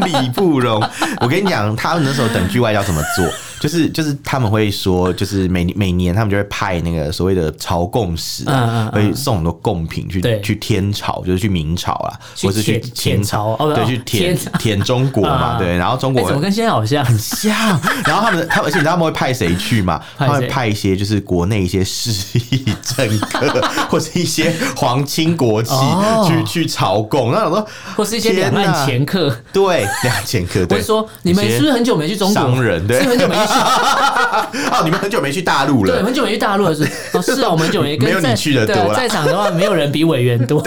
B: 理不容。我跟你讲，他们那时候等距外交怎么做？ 就是就是他们会说，就是每每年他们就会派那个所谓的朝贡使啊，
A: 嗯嗯嗯
B: 会送很多贡品去
A: 对
B: 去天朝，就是去明朝啦，
A: 去
B: 或是去
A: 舔
B: 清
A: 舔朝哦不
B: 对，
A: 哦
B: 去
A: 舔
B: 舔舔中国
A: 嗯嗯
B: 嘛，对。然后中
A: 哎、
B: 国
A: 怎么跟现在好像？
B: 像，然后他们他们，而且你知道他们会派谁去吗？
A: 派谁
B: 他们会派一些就是国内一些失意政客，或是一些皇亲国戚
A: 哦
B: 去去朝贡。那我说，
A: 或是一些两岸
B: 天哪
A: 前客，
B: 对两千克，
A: 我
B: 对
A: 是，说你们
B: 一些
A: 是不是很久没去中国？
B: 商人对
A: 是不是很久没去，
B: 哦，你们很久没去大陆
A: 对，
B: 了，
A: 很久没去大陆了，是哦，是啊，我们很久 没跟
B: 没有
A: 在
B: 你去的多啦
A: 对啊在场的话，没有人比委员 多。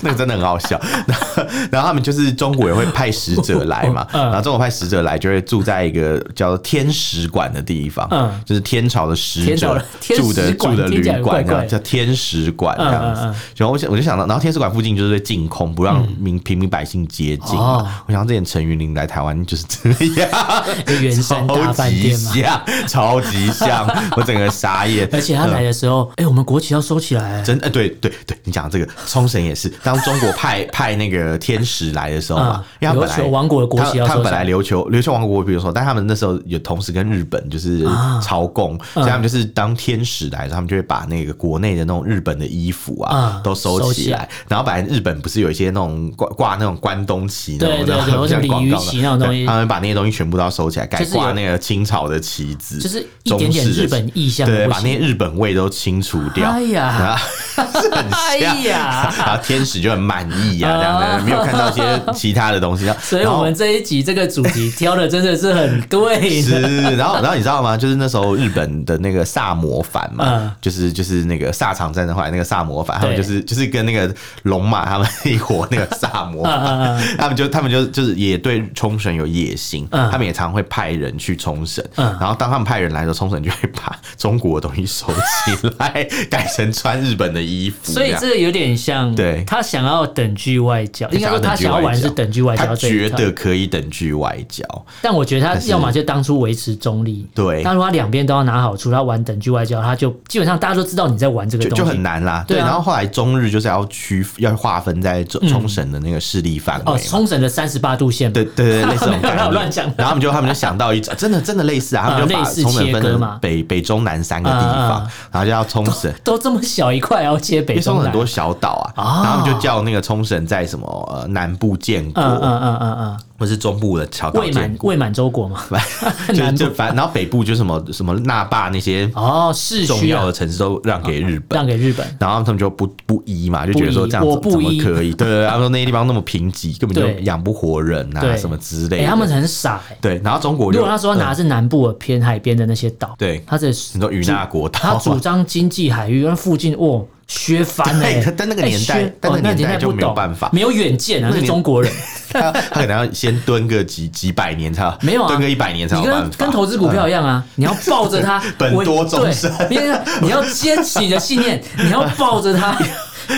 B: 那个真的很好笑。 然后，然后他们就是中国也会派使者来嘛，
A: 嗯
B: 然后中国派使者来就会住在一个叫做天使馆的地方，
A: 嗯
B: 就是天朝的使
A: 天朝
B: 者
A: 的天
B: 住的
A: 使馆
B: 住的
A: 听
B: 旅
A: 起来怪
B: 馆，这
A: 怪
B: 样叫天使馆这样子
A: 嗯嗯嗯。
B: 然后我想我就想到，然后天使馆附近就是会禁空，不让民平民百姓接近嘛。
A: 嗯哦
B: 我想到之前陈云林来台湾就是这样，
A: 圆山大
B: 超
A: 饭
B: 级
A: 店嘛。
B: 像，超级像，我整个傻眼。
A: 而且他来的时候，哎、我们国旗要收起来。
B: 嗯真呃，对对对，你讲这个冲绳也是，当中国派派那个天使来的时候嘛，
A: 嗯
B: 因为他本
A: 琉
B: 来
A: 球王国的国旗
B: 他
A: 要收
B: 他们本
A: 起来
B: 来琉球琉球王国，比如说，但他们那时候有同时跟日本就是
A: 啊
B: 朝贡，所
A: 嗯
B: 以他们就是当天使来，他们就会把那个国内的那种日本的衣服啊
A: 嗯
B: 都
A: 收
B: 收
A: 起
B: 起
A: 来
B: 来，然后本来日本不是有一些那种挂挂那种关东旗那
A: 对
B: 种
A: 对
B: 的，
A: 对或者
B: 像
A: 鲤
B: 广
A: 鱼
B: 告的
A: 旗那种东
B: 对
A: 西
B: 他们把那些东西全部都要收起来，改
A: 就是有
B: 挂那个清朝的旗子，
A: 就是一点点
B: 中式的
A: 日本意象
B: 对，
A: 的不
B: 把那些
A: 行。
B: 日本味都清除掉。
A: 哎呀，
B: 啊，是很
A: 哎
B: 像。
A: 呀
B: 然后天使就很满意啊，这样
A: 啊
B: 子没有看到一些其他的东西。
A: 所以
B: 然
A: 我
B: 后
A: 们这一集这个主题挑的真的是很对
B: 是
A: 的。，
B: 然后然后你知道吗？就是那时候日本的那个萨摩藩嘛，
A: 嗯
B: 就是就是那个萨场战争后来那个萨摩藩，他们
A: 对
B: 就是就是跟那个龙马他们一伙那个萨摩
A: 嗯嗯
B: 藩，
A: 嗯
B: 他们就他们就就是也对冲绳有野心，
A: 嗯
B: 他们也常会派人去冲绳，
A: 嗯
B: 然后当他们派人来的时候，冲绳就会把中国的东西收起来， 改成穿日本的衣服，
A: 所以
B: 样
A: 这个有点像，
B: 对
A: 他想要等距外交，应该说他想要玩的是等距外交
B: 他
A: 这一
B: 觉
A: 套。
B: 得可以等距外交，
A: 但我觉得他
B: 是
A: 要么就当初维持中立，
B: 对
A: 但如果他两边都要拿好处，他玩等距外交，他就基本上大家都知道你在玩这个
B: 就
A: 东西，
B: 就很难啦。
A: 对
B: 对，
A: 啊嗯
B: 然后后来中日就是要区要划分在冲冲绳的那个势力范围
A: 哦，
B: 嘛。
A: 冲绳的三十八度线嘛，
B: 欸对对对，类似这种
A: 没有
B: 概
A: 啦
B: 念。
A: 乱讲
B: 然后他们就他们就想到 一种，真的真的类似啊，他们就
A: 呃
B: 把
A: 类似
B: 冲绳
A: 切
B: 分
A: 割嘛
B: 成北北中南三个地
A: 嗯嗯
B: 方，然后就要冲绳。
A: 都这么小一块，然后接
B: 因
A: 北
B: 为冲
A: 中
B: 绳
A: 南
B: 很多小岛啊，
A: 哦
B: 然后他们就叫那个冲绳在什么呃南部建国，
A: 嗯嗯嗯嗯嗯，
B: 或是中部的小岛
A: 未
B: 建
A: 满
B: 国，
A: 未满洲国嘛，
B: 就
A: 南部
B: 就反然后北部就什么什么那霸那些
A: 哦，市
B: 重
A: 区
B: 要
A: 啊哦
B: 的城市都让给日本。
A: 让给日本，
B: 然后他们就不不依嘛，就觉得说
A: 不依
B: 这样
A: 我
B: 子
A: 不
B: 怎么
A: 依
B: 可以？对对，对他们说那些地方那么贫瘠，根本就
A: 对
B: 养不活人啊，
A: 对
B: 什么之类
A: 哎，
B: 的。
A: 他们很傻哎。
B: 对，然后中国就
A: 如果他说他拿的
B: 嗯
A: 是南部的偏海边的那些岛，
B: 对
A: 他的
B: 嗯你说与那国岛
A: 他
B: 啊，
A: 主张经济海域，那附近哦，削翻了欸
B: 对但那个
A: 哎
B: 年代
A: 削
B: 但
A: 哦
B: 那个
A: 那
B: 年代就
A: 不
B: 没有
A: 懂
B: 办法
A: 没有远见啊，
B: 那个
A: 是
B: 年
A: 中国 人。
B: 他他可能要先蹲个几几百年才有
A: 没有啊
B: 蹲个一百年才
A: 你
B: 有办
A: 跟
B: 法。嗯
A: 跟投资股票一样啊，你要抱着它
B: 本多终身
A: 对因为你要坚持你的信 念，你要抱着它，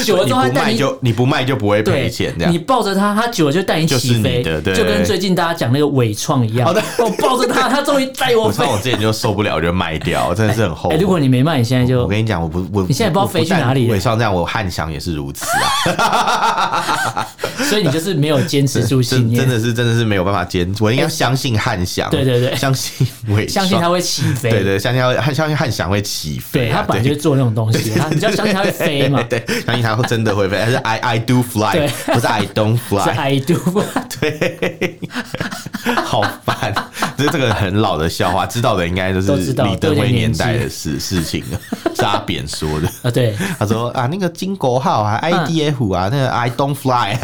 A: 久了
B: 你
A: 之后它
B: 不
A: 带
B: 卖
A: 你。
B: 就你不卖就不会
A: 对
B: 赔钱这，样
A: 你。抱着它，它久了就带你
B: 就是
A: 起
B: 你
A: 飞，
B: 的对
A: 就跟最近大家讲那个伟创一样。
B: 好的
A: 我抱着它，它终于带我
B: 我
A: 飞
B: 像。我之前就受不了，我就卖 掉，真的是很后
A: 哎，
B: 悔。
A: 如果你没卖，你现在就
B: 我跟你讲，我不我
A: 你现在不知道飞去哪里了
B: 尾上这样，我汉翔也是如此啊，
A: 所以你就是没有坚持住信
B: 真
A: 念，
B: 真的是真的是没有办法坚持，我应该相信汉翔，
A: 哎对对对
B: 相信尾，
A: 相信它，会起飞。
B: 对对，相信他，相信汉翔会起
A: 对
B: 飞
A: 他
B: 啊，，
A: 本来就是做那种东西，他你就要相信他会飞嘛
B: 对，对相信他会真的会飞，还是 I I do
A: 对
B: fly，不是 I don't
A: 是啊
B: fly，
A: I do，
B: 对，好烦，这这个很老的笑话，知道的应该就是
A: 都知道
B: 李登
A: 都有
B: 辉
A: 点
B: 年
A: 年纪
B: 代的事事情了，是阿扁说的。
A: 啊对，
B: 他说啊，那个金国号啊，IDF
A: 嗯
B: 啊，那个 I don't fly，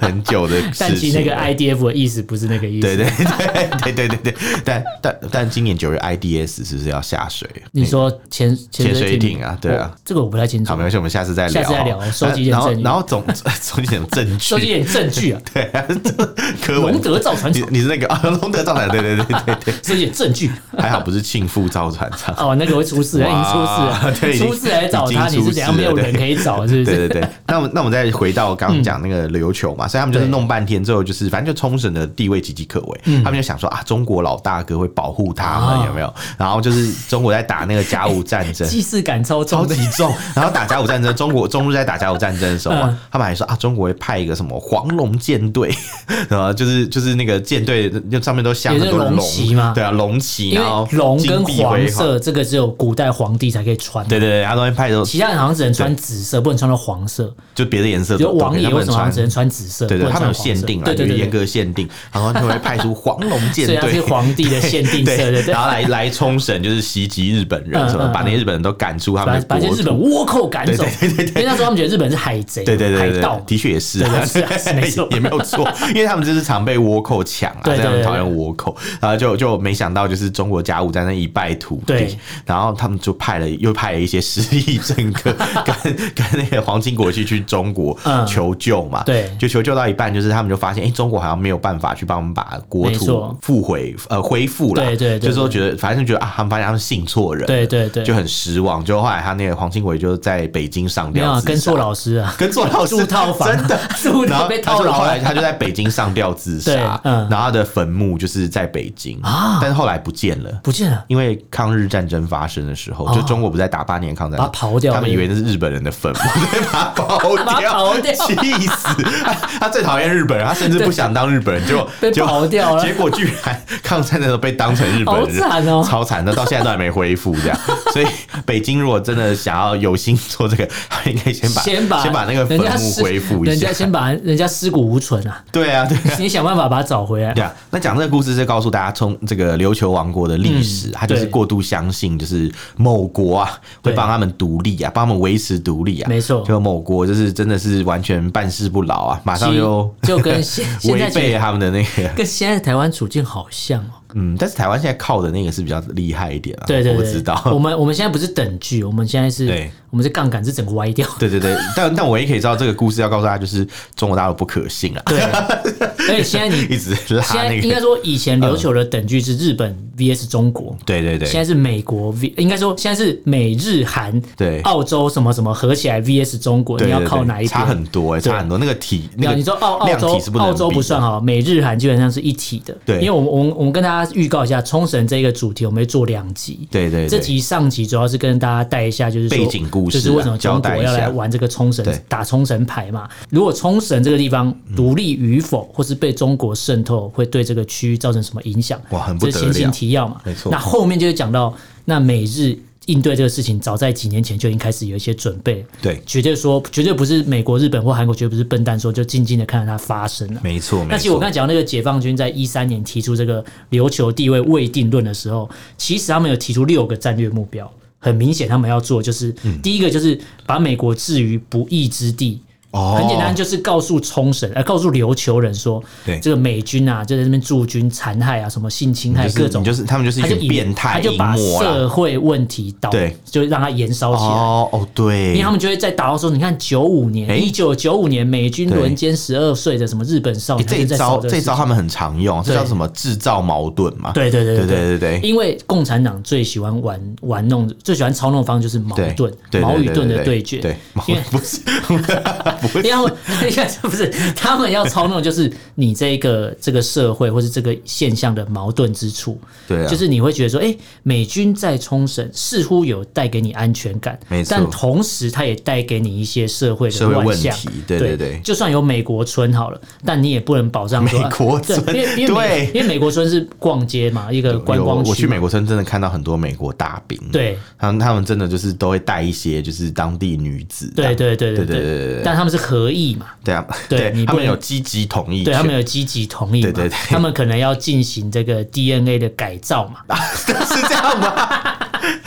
B: 很久的
A: 但
B: 事
A: 其
B: 情
A: 实
B: 了。
A: 那个 IDF 的意思不是那个意思。
B: 对对对对对对对，但但但今年九月 IDS 是不是要下水？
A: 你说潜潜
B: 潜水
A: 艇
B: 艇啊对啊
A: 我这个我不太清楚
B: 好，没，关系，我们下次再聊。
A: 下次再聊
B: 好
A: 收集一点
B: 然后
A: 证据
B: 然后总 收集点证
A: 收集
B: 据。
A: 点证 据啊，
B: 对啊，柯文
A: 龙德造船
B: 你
A: 厂
B: 你是那个啊，龙德造船，对对对对对，
A: 收集点证据。
B: 还好不是庆富造船厂。
A: 哦，那个会出事，已经出事
B: 哇
A: 了，
B: 对已经
A: 出事来找他，你
B: 已经
A: 是
B: 出
A: 怎
B: 事了
A: 样没有人可以找，是不
B: 对
A: 是？嗯
B: 对对，那我们那我们再回到刚刚讲那个琉球嘛，所以他们就是弄半天之后，就是反正就冲绳的地位岌岌可危，他们就想说啊，中国老大哥会保护他
A: 嗯啊
B: 们，有没有？然后就是中国在打那个甲午战争。
A: 既视感超
B: 超
A: 重的
B: 级重， 然后打甲午战争，中国中日在打甲午战争的时候
A: 嗯
B: 啊，他们还说啊，中国会派一个什么黄龙舰队， 然后就是就是那个舰队就上面都镶很
A: 也
B: 多
A: 是龙旗嘛
B: 对啊，龙旗，
A: 因
B: 然
A: 为
B: 后
A: 龙跟
B: 金碧
A: 黄
B: 辉煌，
A: 色这个只有古代皇帝才可以穿，
B: 对对对，他都会派的，
A: 其他人好像只能穿紫色，不能穿到黄色。
B: 就别的颜色
A: 比
B: 都
A: 如
B: 都
A: 王
B: 可以，
A: 爷
B: 他
A: 为
B: 们
A: 什么好像
B: 穿
A: 只能穿紫色？
B: 对
A: 不
B: 对，
A: 能
B: 他们有
A: 穿黄
B: 限
A: 色
B: 定啊，
A: 对
B: 有
A: 对对，
B: 严格限定，然后他们会派出黄龙 舰
A: 所以他是
B: 队。
A: 皇帝的限定色，对
B: 对，
A: 不对
B: 然？后来来冲绳就是袭击日本人，什
A: 嗯
B: 么
A: 嗯
B: 把那些日本人都赶出他
A: 把
B: 们的
A: 把一些
B: 国
A: 日本
B: 土。
A: 倭寇赶走，
B: 对对对
A: 因
B: 对
A: 为那时候他们觉得日本是海贼、
B: 对对对
A: 海
B: 对
A: 盗
B: 对，
A: 嘛。
B: 的确也是啊，
A: 对 对是啊没错
B: 也没有错，因为他们就是常被倭寇抢啊，
A: 对对
B: 所以
A: 对
B: 他们讨厌倭寇，然后就就没想到就是中国甲午战争一败涂
A: 对
B: 地，然后他们就派了又派了一些实力政客 跟跟那个皇亲国戚去中国
A: 嗯
B: 求救嘛，
A: 对
B: 就求救到一半，就是他们就发现，哎，中国好像没有办法去帮我们把国
A: 没错
B: 土复回呃恢复了，
A: 对对对
B: 就是说觉得反正觉得啊，他们发现他们信错人，
A: 对对对
B: 就很失望，就后来他那个皇亲国戚就在北京上
A: 没有
B: 吊
A: 啊
B: 自杀，
A: 跟错老师啊，
B: 跟做老师
A: 住套房啊
B: 真的
A: 住
B: 然
A: 到
B: 后
A: 被
B: 他
A: 套
B: 就后
A: 牢
B: 来
A: 了。
B: 他就在北京上吊自
A: 对
B: 杀，
A: 嗯
B: 然后他的坟墓就是在北京
A: 啊
B: 但是后来不见了。
A: 不见了，
B: 因为抗日战争发生的时候，就中国不是在打八年抗战，
A: 哦把它刨掉
B: 他们
A: 对
B: 以
A: 不对
B: 为那是日本人的坟墓，对， 把它刨
A: 把它
B: 掉，
A: 刨掉
B: 气死！他他最讨厌日本人，他甚至不想当日本人，结果
A: 被
B: 结果
A: 刨掉了
B: 结果居然抗战的时候被当成日本人，
A: 好惨哦
B: 超惨的，到现在都还没恢复 这样。所以北京如果真的想要有心做这个，他应该先把
A: 先把
B: 先把那个坟
A: 人家
B: 墓
A: 尸
B: 恢复一
A: 人
B: 下
A: 家，先把人家尸骨无存 啊，
B: 对啊，对啊。
A: 你想办法把它找回来
B: 对。啊，那讲这个故事是告诉大家，从这个琉球王国的历史，他就是
A: 嗯对
B: 过度相信，就是某国啊会
A: 对
B: 帮他们独立啊，帮他们维持独立啊，
A: 没错
B: 就某国就是真的是完全办事不牢啊，马上就
A: 其就跟现现在
B: 违背啊
A: 觉得
B: 他们的那个。
A: 跟现在台湾处境好像哦。
B: 嗯，但是台湾现在靠的那个是比较厉害一点啊，
A: 对对
B: 我
A: 对，
B: 知
A: 我
B: 道。
A: 们我们现在不是等距，我们现在是
B: 对，
A: 我们是杠杆是整个歪掉。
B: 对对对，但但我也可以知道这个故事要告诉大家，就是中国大陆不可信啊，
A: 对， 而且现在你
B: 一直拉
A: 现在
B: 啊那
A: 应该
B: 个，
A: 说以前琉球的等距是日本 VS 中国，
B: 对对
A: 现在
B: 对
A: 是美国 V，应该说现在是美日韩
B: 对
A: 澳洲什么什么合起来 VS 中国，
B: 对，
A: 你要
B: 对
A: 靠
B: 对
A: 哪一边？
B: 差很多哎，
A: 对
B: 差很多。那个体，
A: 没
B: 那
A: 有
B: 个
A: 你说澳澳
B: 量
A: 洲
B: 体是不能
A: 澳洲
B: 比
A: 不
B: 的
A: 算啊好，美日韩基本上是一体的。
B: 对
A: 因为我们我们我们跟大家预告一下，冲绳这个主题我们会做两集。
B: 对对对
A: 这集上集主要是跟大家带一下，就是说
B: 背景故事啊
A: 就是为什么中
B: 交
A: 国
B: 代一下
A: 要来玩这个冲绳
B: 对嗯
A: 打冲绳牌嘛？如果冲绳这个地方独立与否，或是被中国渗透，会对这个区域造成什么影响？
B: 哇很不
A: 这是前
B: 得了
A: 情提要嘛。
B: 没错
A: 那后面就会讲到那美日。应对这个事情，早在几年前就已经开始有一些准备。
B: 对
A: 绝对说，绝对不是美国、日本或韩国，绝对不是笨蛋说就静静的看着它发生啊了。
B: 没错，没
A: 那其实我
B: 错
A: 刚。才讲那个解放军在一三年提出这个琉球地位未定论的时候，其实他们有提出六个战略目标，很明显他们要做就是、
B: 嗯
A: 第一个就是把美国置于不义之地。
B: 哦
A: 很简单，就是告诉冲绳，呃，告诉琉球人说，
B: 对
A: 这个美军啊，就在那边驻军残害啊，什么性侵害
B: 就是
A: 各种，
B: 你就是他们就是一
A: 他就
B: 群
A: 以
B: 变态啊
A: 他就把
B: 淫魔啦
A: 社会问题导
B: 对，
A: 就让它燃烧起来。
B: 哦哦，对，
A: 因为他们就会在打到说，你看九五年，
B: 诶
A: 一九九五年美军轮奸十二岁的什么日本少
B: 欸
A: 年，
B: 这
A: 他
B: 一
A: 就在
B: 招
A: 扫
B: 这一
A: 个
B: 招
A: 事
B: 他们很常用，啊这
A: 对
B: 叫什么制造矛盾嘛？
A: 对对对
B: 对
A: 对
B: 对对对，
A: 因为共产党最喜欢玩玩弄、最喜欢操弄的方式就是矛
B: 对
A: 盾、
B: 对
A: 矛与盾的
B: 对
A: 决。
B: 对，矛
A: 因为
B: 不是不
A: 因为
B: 是
A: 他们 因为不是他们要操弄，就是你这个这个社会或是这个现象的矛盾之处。
B: 对啊
A: 就是你会觉得说，哎、美军在冲绳似乎有带给你安全感
B: 没，错
A: 但同时它也带给你一些社会的
B: 社会
A: 乱
B: 问
A: 象
B: 题。对对对
A: 就算有美国村好了，但你也不能保障说
B: 美国
A: 啊对
B: 村
A: 因为因为美
B: 对
A: 因为美国村是逛街嘛，一个观
B: 有
A: 光区嘛。
B: 我去美国村真的看到很多美国大兵，啊
A: 对
B: 他们他们真的就是都会带一些就是当地女子这
A: 对
B: 样，
A: 对对
B: 啊
A: 对
B: 对对对对对
A: 但他们是合意嘛，
B: 对啊，
A: 对你
B: 他
A: 不
B: 们
A: 能
B: 有积极同意，
A: 对他们有积极同意嘛，
B: 对对对
A: 他们可能要进行这个 DNA 的改造嘛，
B: 是这样吗？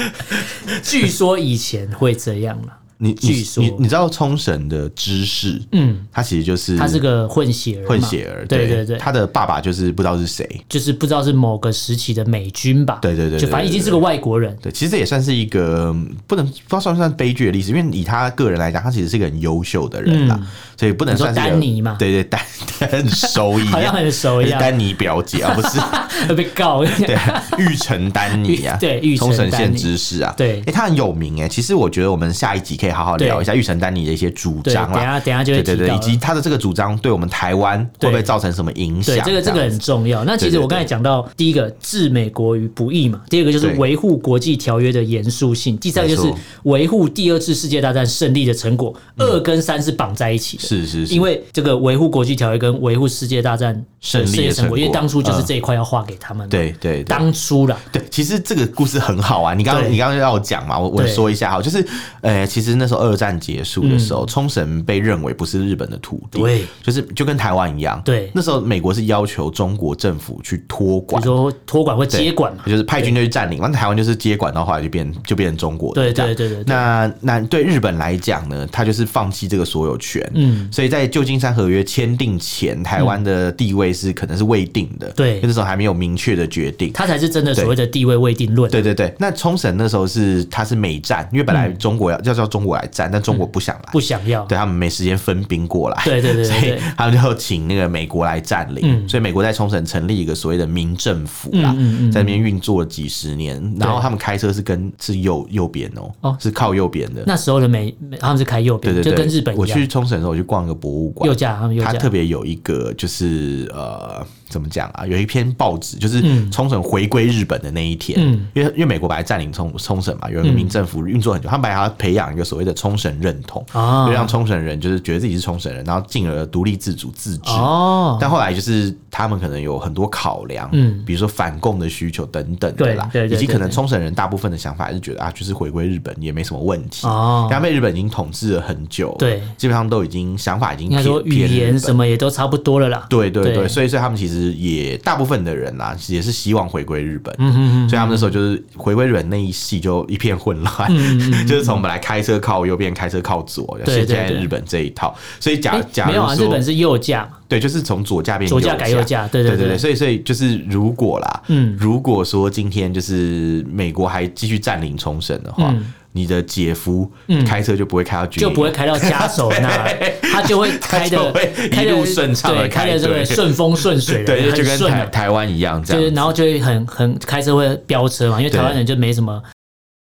A: 据说以前会这样了，
B: 你
A: 据
B: 你
A: 说
B: 你你知道冲绳的知识，
A: 嗯，
B: 他其实就是
A: 他是个混血儿嘛，
B: 混血儿，
A: 对对对，
B: 他的爸爸就是不知道是谁，
A: 就是不知道是某个时期的美军吧，
B: 对对对对
A: 就反正已经是个外国 人，
B: 对，其实这也算是一个嗯不能不知道算不算悲剧的例子，因为以他个人来讲，他其实是一个很优秀的人啦，所以不能
A: 嗯你说
B: 算是一个
A: 丹尼嘛
B: 对对，丹丹熟一
A: 好像
B: 样，
A: 很熟一
B: 是
A: 样，
B: 丹尼表姐啊，不 是
A: 会被告，
B: 对玉成丹尼啊，
A: 玉对玉成
B: 冲绳
A: 丹
B: 县
A: 尼
B: 知识啊，
A: 对
B: 哎、他很有名哎、其实我觉得我们下一集可以好好聊一下玉成丹尼的一些主
A: 对，
B: 张
A: 等一
B: 啦。
A: 下等一下就会
B: 对
A: 提
B: 对
A: 到
B: 对，以
A: 了。
B: 及他的这个主张对我们台湾会不会造成什么影响
A: 对，？这个这个
B: 样
A: 很重要。那其实
B: 对对
A: 我刚才讲到，第一个置美国于不义嘛，第二个就是
B: 对
A: 维护国际条约的严肃性，第三个就是
B: 没错嗯
A: 维护第二次世界大战胜利的成果。二跟三是绑在一起的，
B: 是是是，
A: 因为这个维护国际条约跟维护世界大战
B: 胜利的
A: 世界成
B: 成果
A: 因为当初就是
B: 嗯
A: 这一块要划给他们嘛。
B: 对对对
A: 当初啦，
B: 对，其实这个故事很好啊。你刚
A: 对
B: 刚你刚刚要我讲嘛，我我
A: 对
B: 说一下哈，就是呃，其实那时候二战结束的时候，冲绳被认为不是日本的土地，
A: 对，
B: 就是就跟台湾一样，
A: 对
B: 那时候美国是要求中国政府去托
A: 比如
B: 管。
A: 说托管或
B: 对
A: 接管嘛，
B: 就是派军队去占领，那台湾就是接管，到后来就变就变成中国的
A: 对
B: 这样
A: 对对对对
B: 那那对日本来讲呢，它就是放弃这个所有权，
A: 嗯
B: 嗯，所以在旧金山合约签订前，台湾的地位是可能是未定的，
A: 对
B: 因为那时候还没有明确的决定。
A: 它才是真的所谓的地位未定论。
B: 对对对，那冲绳那时候是它是美战，因为本来中国要、要叫中国来战，但中国不想来，
A: 嗯不想要。
B: 对他们没时间分兵过来，
A: 对对对对
B: 所以
A: 对
B: 他们就请那个美国来占领，
A: 嗯
B: 所以美国在冲绳成立一个所谓的民政府啦，
A: 嗯嗯嗯
B: 在那边运作了几十年，然后他们开车是跟是右右边、
A: 哦
B: 哦，是靠右边的，
A: 那时候的美，美他们是开右
B: 对
A: 边，
B: 对
A: 就
B: 对，
A: 跟日本一
B: 我
A: 样
B: 去，冲绳的时候，我去逛一个博物馆
A: 右，驾他们右
B: 它
A: 驾。
B: 特别有一个就是呃，怎么讲啊？有一篇报纸，就是冲绳回归日本的那一天，
A: 嗯
B: 因为因为美国本来占领冲冲绳嘛，有一个民政府运作很久，他们本来还要培养一个所谓的冲绳认同，
A: 啊
B: 就让冲绳人就是觉得自己是冲绳人，然后进而独立自主自治。
A: 哦，
B: 但后来就是他们可能有很多考量，
A: 嗯
B: 比如说反共的需求等等的啦，
A: 对对对
B: 以及可能
A: 对对
B: 冲绳人大部分的想法还是觉得啊，就是回归日本也没什么问题，
A: 哦
B: 因为他被日本已经统治了很久，
A: 对，
B: 基本上都已经想法已经
A: 应该
B: 偏
A: 说语言什
B: 么。
A: 么也都差不多了啦。
B: 对对对，
A: 对
B: 所以所以他们其实也大部分的人啦、也是希望回归日本，
A: 嗯
B: 所以他们那时候就是回归日本那一系就一片混乱，
A: 嗯
B: 就是从本来开车靠右边，开车靠左，
A: 对对
B: 现在
A: 对
B: 日本这一套，所以假、
A: 哎
B: 假如
A: 没有啊，
B: 说
A: 日本是右驾嘛，
B: 对，就是从左驾变
A: 左驾
B: 驾
A: 改右驾对对
B: 对
A: 对
B: 所以所以就是如果啦，
A: 嗯
B: 嗯，如果说今天就是美国还继续占领冲绳的话，
A: 嗯
B: 你的姐夫开车就不会开到军
A: 就
B: 营，
A: 不会开到枷手那， 他就会开
B: 他
A: 的
B: 就会
A: 开
B: 一
A: 的
B: 路顺畅地
A: 对，
B: 开
A: 开的这个
B: 对
A: 顺风顺水的，
B: 对，就
A: 很
B: 跟
A: 顺
B: 台
A: 的，
B: 台湾一样这
A: 就是
B: 样。
A: 然后就会很很开车会飙车嘛，因为
B: 对
A: 台湾人就没什么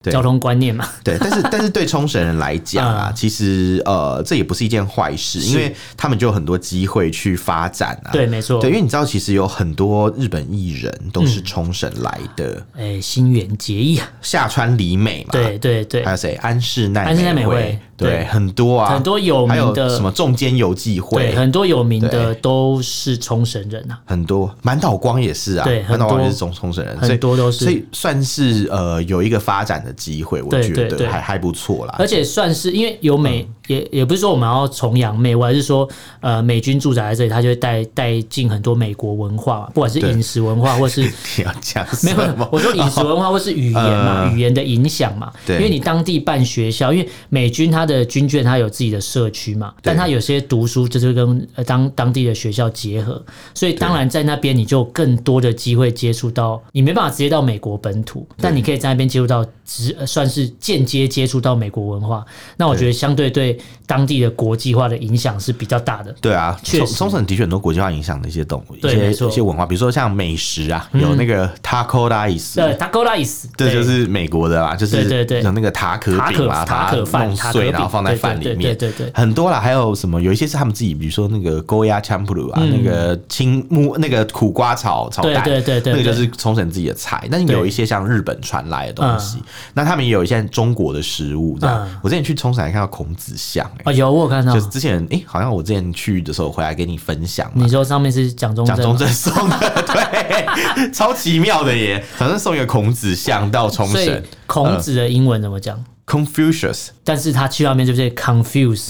B: 对
A: 交通观念嘛，
B: 对，但是但是对冲绳人来讲啊
A: 嗯，
B: 其实呃，这也不是一件坏事，因为他们就有很多机会去发展啊。
A: 对，。没错，嗯
B: 对，因为你知道，其实有很多日本艺人都是冲绳来的，
A: 哎，心猿结衣啊，
B: 下川里美嘛，
A: 对对对
B: 还，有谁？安室奈
A: 安室奈美
B: 惠
A: 惠，
B: 对，很多啊，
A: 很多有
B: 还有
A: 名的
B: 什么中间游记
A: 对，
B: 会，
A: 很多有名的
B: 对
A: 都是冲绳人啊。
B: 很多满岛光也是啊，
A: 对很
B: 满岛光
A: 多
B: 也是中冲绳人，
A: 很
B: 所以
A: 多都是
B: 所以算是呃有一个发展的机会，我
A: 对
B: 觉
A: 对对
B: 得还还不错啦
A: 而。且算是因为有美，
B: 嗯
A: 也也不是说我们要崇洋媚外，而是说呃美军驻扎在这里，他就会带带进很多美国文化嘛，不管是
B: 对
A: 饮食文化或是
B: 你要讲
A: 没
B: 什
A: 有
B: 么，？
A: 我说饮食文化或是语言嘛，
B: 呃
A: 语言的影响嘛。
B: 对
A: 因为你当地办学校，因为美军他的军眷他有自己的社区嘛，但他有些读书就是跟呃当当地的学校结合，所以当然在那边你就有更多的机会接触到，你没办法直接到美国本土，但你可以在那边接触到直呃算是间接接触到美国文化。那我觉得相对对当地的国际化的影响是比较大的。
B: 对啊，
A: 确
B: 冲
A: 实
B: 冲绳的确很多国际化影响的一些动物，一
A: 对
B: 些
A: 没错嗯
B: 一些文化，比如说像美食啊，有那个 taco dice，
A: 呃 t a c o rice，
B: 这就是美国的啦，就是
A: 对对对
B: 有那个塔可
A: 塔
B: 饼
A: 可
B: 嘛，
A: 塔
B: 把它
A: 可饭
B: 弄
A: 塔可
B: 碎
A: 饼
B: 然后放在
A: 对对
B: 饭
A: 对
B: 里面，
A: 对对对
B: 很多啦，还有什么有一些是他们自己，比如说那个 goya champuru 啊，那个青木那个苦瓜炒炒蛋，
A: 嗯对对对对
B: 那个就
A: 对
B: 是冲绳自己的菜。但有一些像日本传来的东西，那他们也有一些中国的食物这样
A: 嗯。
B: 我之前去冲绳还看到孔子像，欸
A: 啊，有我有看到
B: 就，是之前诶，好像我之前去的时候回来给你分享嘛
A: 你，说上面是蒋中
B: 蒋
A: 正
B: 中
A: 吗。
B: 正送的，对， 超奇妙的耶！反正送一个孔子像到冲
A: 所以
B: 绳
A: 孔子的英文怎么讲？
B: ，Confucius
A: 但是他去那边就是 confuse，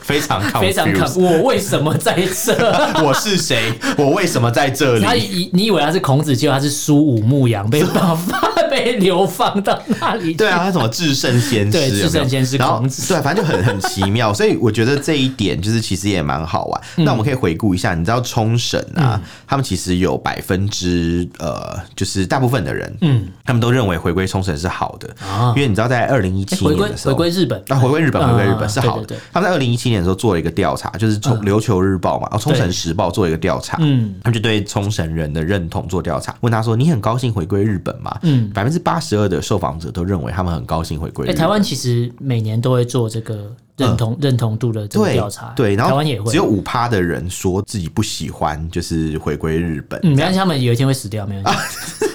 B: 非常 confused，
A: 非常 confuse，我为什么在 这？
B: 我是谁？我为什么在这
A: 他
B: 里？
A: 以你以为他是孔子，结果他是苏武牧羊，被把放被流放到那里。
B: 对啊，，他什么至圣先师？
A: 对
B: 有没有
A: 至圣先师
B: 然后
A: 孔子
B: 对，反正就很很奇 妙，所以我觉得这一点就是其实也蛮好玩。
A: 嗯
B: 那我们可以回顾一下，你知道冲绳啊，他们其实有百分之呃，就是大部分的人，嗯，他们都认为回归冲绳是好的，
A: 啊
B: 因为你知道在二零一
A: 诶
B: 七
A: 哎回
B: 年
A: 归
B: 的时候，
A: 回归日本，
B: 啊，回归日本，
A: 嗯
B: 回归日本是
A: 对
B: 好
A: 对嗯
B: 的
A: 对。
B: 他们在二零一七年的时候做了一个调查，就是冲琉球日报嘛，哦，冲绳时报做了一个调查，
A: 嗯，
B: 他们就对冲绳人的认同做调查，问他说：“你很高兴回归日本吗？”
A: 嗯
B: 百分之八十二的受访者都认为他们很高兴回归日
A: 哎，
B: 本。
A: 台湾其实每年都会做这个认同认同度的这个
B: 对
A: 调查，
B: 对，然后
A: 台湾也会
B: 只有。五趴的人说自己不喜欢，就是回归日本，
A: 嗯，没关系，他们有一天会死掉，没关系。
B: 啊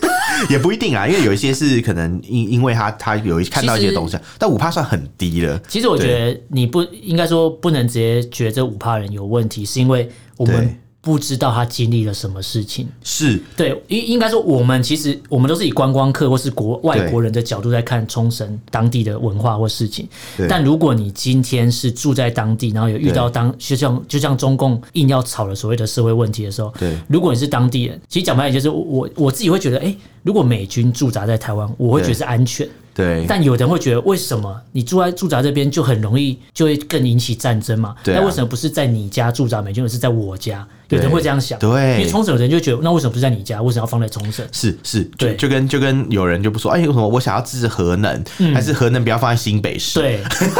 B: 也不一定啊，因为有一些是可能因因为他他有一看到一些东西，但五趴算很低了。
A: 其实我觉得你不应该说不能直接觉得这五趴人有问题，是因为我
B: 对
A: 们不知道他经历了什么事情。
B: 是
A: 对，应应该说我们其实我们都是以观光客或是国外国人的角度在看冲绳当地的文化或事情
B: 对。
A: 但如果你今天是住在当地，然后有遇到当就像就像中共硬要炒的所谓的社会问题的时候，
B: 对
A: 如果你是当地人，其实讲白点就是我我我自己会觉得，哎、如果美军驻扎在台湾，我会觉得是安全。
B: 对，
A: 但有的人会觉得，为什么你住在驻扎这边就很容易就会更引起战争嘛？
B: 对啊
A: 那为什么不是在你家驻扎美军，而是在我家？有的人会这样想，
B: 对
A: 因为冲绳的人就觉得，那为什么不是在你家？为什么要放在冲绳？
B: 是是，就
A: 对
B: 就跟就跟有人就不说，哎，为什么我想要支持核能，还是核能不要放在新北
A: 嗯
B: 市？
A: 对，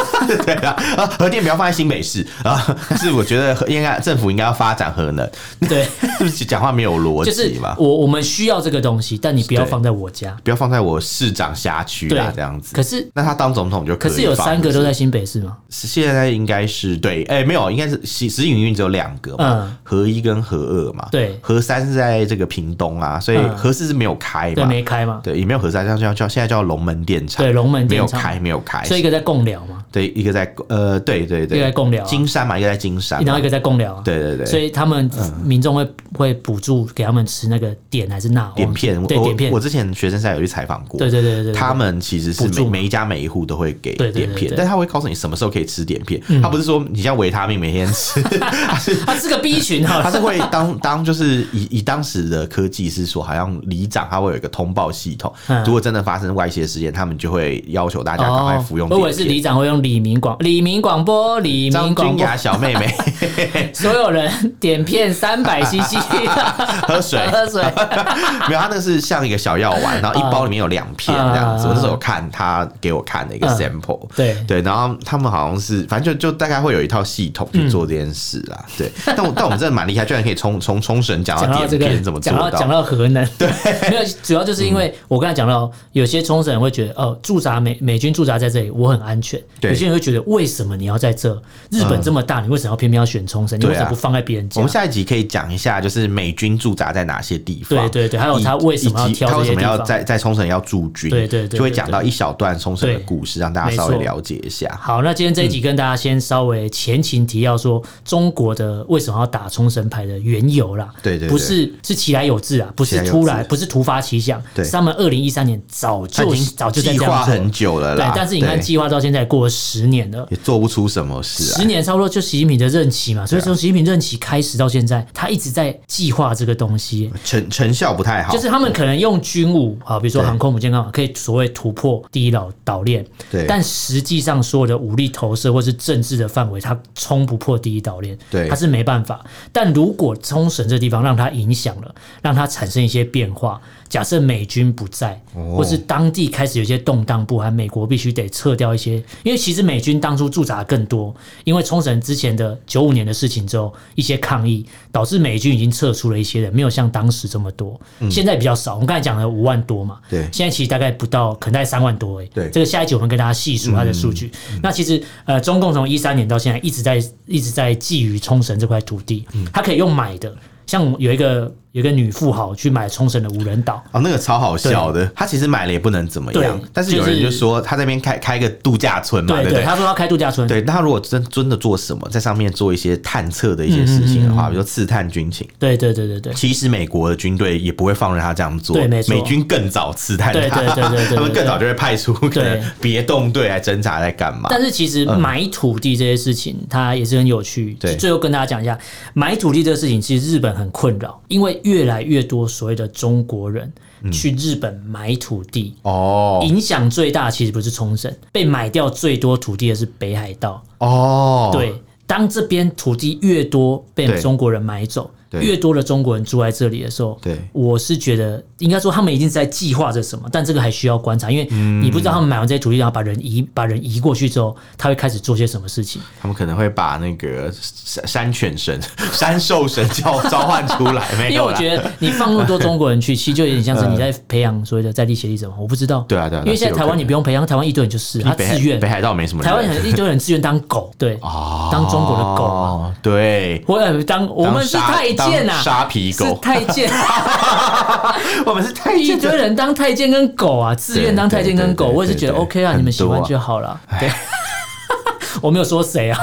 B: 对啊，啊，核电不要放在新北市啊。但是我觉得核应该政府应该要发展核能，
A: 对，
B: 是不是讲话没有逻
A: 就是
B: 辑嘛？
A: 我我们需要这个东西，但你不要
B: 对
A: 放在我家。
B: 不要放在我市长辖区
A: 对啊
B: 啦，，这样子
A: 可。是
B: 那他当总统就
A: 可
B: 以
A: 是有
B: 放
A: 三个
B: 是
A: 都
B: 不
A: 在
B: 是
A: 新北市吗？
B: 现在应该是对，哎，没有，应该是实实营运只有两个嘛
A: 嗯，
B: 核一跟核二嘛，
A: 对
B: 核三是在这个屏东啊，所以
A: 嗯
B: 核四是没有开
A: 对，
B: 嘛，
A: 没开嘛。
B: 对，也没有核三，叫叫叫现在叫龙门电厂，
A: 对，龙门
B: 没
A: 电
B: 有
A: 厂，
B: 开，没有开，
A: 所以一个在贡寮嘛，
B: 对，一个在呃，对对
A: 一个在
B: 对，
A: 贡寮啊，
B: 金山嘛，一个在金山嘛，
A: 然后一个在贡寮啊。
B: 对嗯对对，
A: 所以他们民众会会补助给他们吃那个碘还是钠？
B: 点片，我
A: 对碘片
B: 我，我之前学生赛有去采访过，
A: 对对对对对，
B: 他们其实是
A: 补助
B: 每
A: 嘛
B: 每一家每一户都会给
A: 对对对
B: 碘片
A: 对，对嗯
B: 但他会告诉你什么时候可以吃碘片，他不是说你像维他命每 天吃，他是
A: 他是个 B 群啊好
B: 他
A: 了，
B: 是会当当就是以以当时的科技是说，好像里长他会有一个通报系统，
A: 嗯
B: 如果真的发生外泄事件，他们就会要求大家赶快服用
A: 哦我以
B: 碘
A: 为是
B: 片。
A: 里长会用李明广、李明广播、李
B: 张
A: 明广
B: 君
A: 播
B: 雅，小妹妹
A: 所有人点片三百 CC
B: 喝水，
A: 喝水，
B: 没有，它那个是像一个小药
A: 啊
B: 丸，然后一包里面有两片这样子。
A: 嗯
B: 我那时候有看他给我看的一个
A: 嗯
B: sample，、
A: 对
B: 对，然后他们好像是反正就就大概会有一套系统去做这件事啦。对，但我但我们真的蛮厉害，居然可以从从冲绳讲
A: 嗯讲
B: 到嗯
A: 到这
B: 点
A: 个
B: 片怎么，做
A: 讲到讲到核能，对， 没有，主要就是因为我刚才讲到，有些冲绳人会觉得，哦，驻扎美美军驻扎在这里，我很安全；
B: 对嗯
A: 有些人会觉得，为什么你要在这？日本这么大，你为什么要偏偏要选冲绳？你
B: 对啊
A: 为什么不放在别人
B: 我
A: 家
B: 们？下一集可以讲一下，就是美军驻扎在哪些地方？
A: 对对对还有
B: 以
A: 他为什么要
B: 以及
A: 挑
B: 他
A: 这
B: 为
A: 些
B: 什么要
A: 地方
B: 在在冲绳要驻军？
A: 对对对对
B: 就会讲到一小段冲绳的故事，让大家
A: 没
B: 稍微
A: 错
B: 了解一下。
A: 好，那今天这一
B: 嗯
A: 集跟大家先稍微前情提要说，中国的为什么要打冲绳牌的缘由啦？
B: 对对对
A: 不是是其来有志啊，不
B: 其
A: 是
B: 来有
A: 突然，
B: 志
A: 不是突发奇想，
B: 对
A: 是他们二零一三年早
B: 他
A: 就
B: 已经
A: 早就在
B: 计
A: 这样
B: 划
A: 做
B: 很久了
A: 对
B: 啦，，
A: 但是你看
B: 对
A: 计划到现在过了十年了。
B: 也做不出什么事
A: 十
B: 啊。
A: 年差不多就习近平的任期嘛，所以从习近平任期开始到现在，他一直在计划这个东西。
B: 成成效不太好，
A: 就是他们可能用军武啊，比如说
B: 对
A: 航空母舰干嘛，可以所谓突破第一岛岛链，
B: 对
A: 但实际上所有的武力投射或是政治的范围，它冲不破第一岛链，
B: 对
A: 它是没办法。但如果冲绳这地方让它影响了，让它产生一些变化，假设美军不在，
B: 哦
A: 或是当地开始有一些动荡不安，美国必须得撤掉一些，因为其实美军当初驻扎更多，因为冲绳之前的九五年的事情之后，一些抗议导致美军已经撤出了一些人，没有像当时这么多，现在比较少。我们刚才讲了五万多嘛，
B: 嗯对
A: 现在其实大概不到，可能大概三万多而已。
B: 对嗯
A: 这个下一集我们跟大家细数它的数据。那其实呃，中共从一三年到现在一直在一直在觊觎冲绳这块土地，
B: 嗯
A: 它可以用买的，像有一个有一个女富豪去买冲绳的无人岛。
B: 哦，那个超好笑的。他其实买了也不能怎么样
A: 对，
B: 但是有
A: 就
B: 人
A: 是
B: 就说他那边开开个度假村嘛，
A: 对
B: 不
A: 对，
B: 对？
A: 他说要开度假村，
B: 对，那他如果真真的做什么，在上面做一些探测的一些事情的
A: 嗯
B: 话，比如说刺探军情，
A: 对对对对对
B: 其实美国的军队也不会放任他这样做。
A: 对没错
B: 美军更早刺探他，
A: 对对对对对对
B: 他们更早就会派出可能
A: 对
B: 别动队来侦查在干嘛。
A: 但是其实买土地这些事情，它也是很有趣。
B: 对
A: 最后跟大家讲一下，买土地这个事情，其实日本很困扰，因为越来越多所谓的中国人
B: 嗯
A: 去日本买土地，
B: 哦
A: 影响最大其实不是冲绳，被买掉最多土地的是北海道。
B: 哦，
A: 对，当这边土地越多被
B: 对
A: 中国人买走，
B: 对
A: 越多的中国人住在这里的时候，
B: 对
A: 我是觉得应该说他们一定在计划着什么，但这个还需要观察，因为
B: 嗯
A: 你不知道他们买完这些土地，然后把人移把人移过去之后，他会开始做些什么事情。
B: 他们可能会把那个山山犬神、 山兽神叫召唤出来，没
A: 因为
B: 有
A: 我
B: 啦。
A: 觉得你放那么多中国人去，其实就有点像是你在培养所谓的在地协力者嘛，我不知道。
B: 对啊对啊对啊
A: 因为现在台湾
B: 是有可能
A: 你不用培养，台湾一堆人就是他
B: 北
A: 自
B: 海
A: 愿
B: 北。海道没什么人，
A: 台湾很一堆人自愿当狗，对，
B: 哦
A: 当中国的狗嘛，
B: 对，
A: 我呃当我们是
B: 当沙
A: 太监啊呐、
B: 当沙皮狗
A: 是太 监，
B: 我们是太
A: 一
B: 监
A: 堆人当太监跟狗啊，自愿当太监跟狗，
B: 对对对
A: 我也是觉得
B: 对对
A: OK 啊，
B: 很多啊哎
A: 你们喜欢就好了。对， 我没有说谁啊，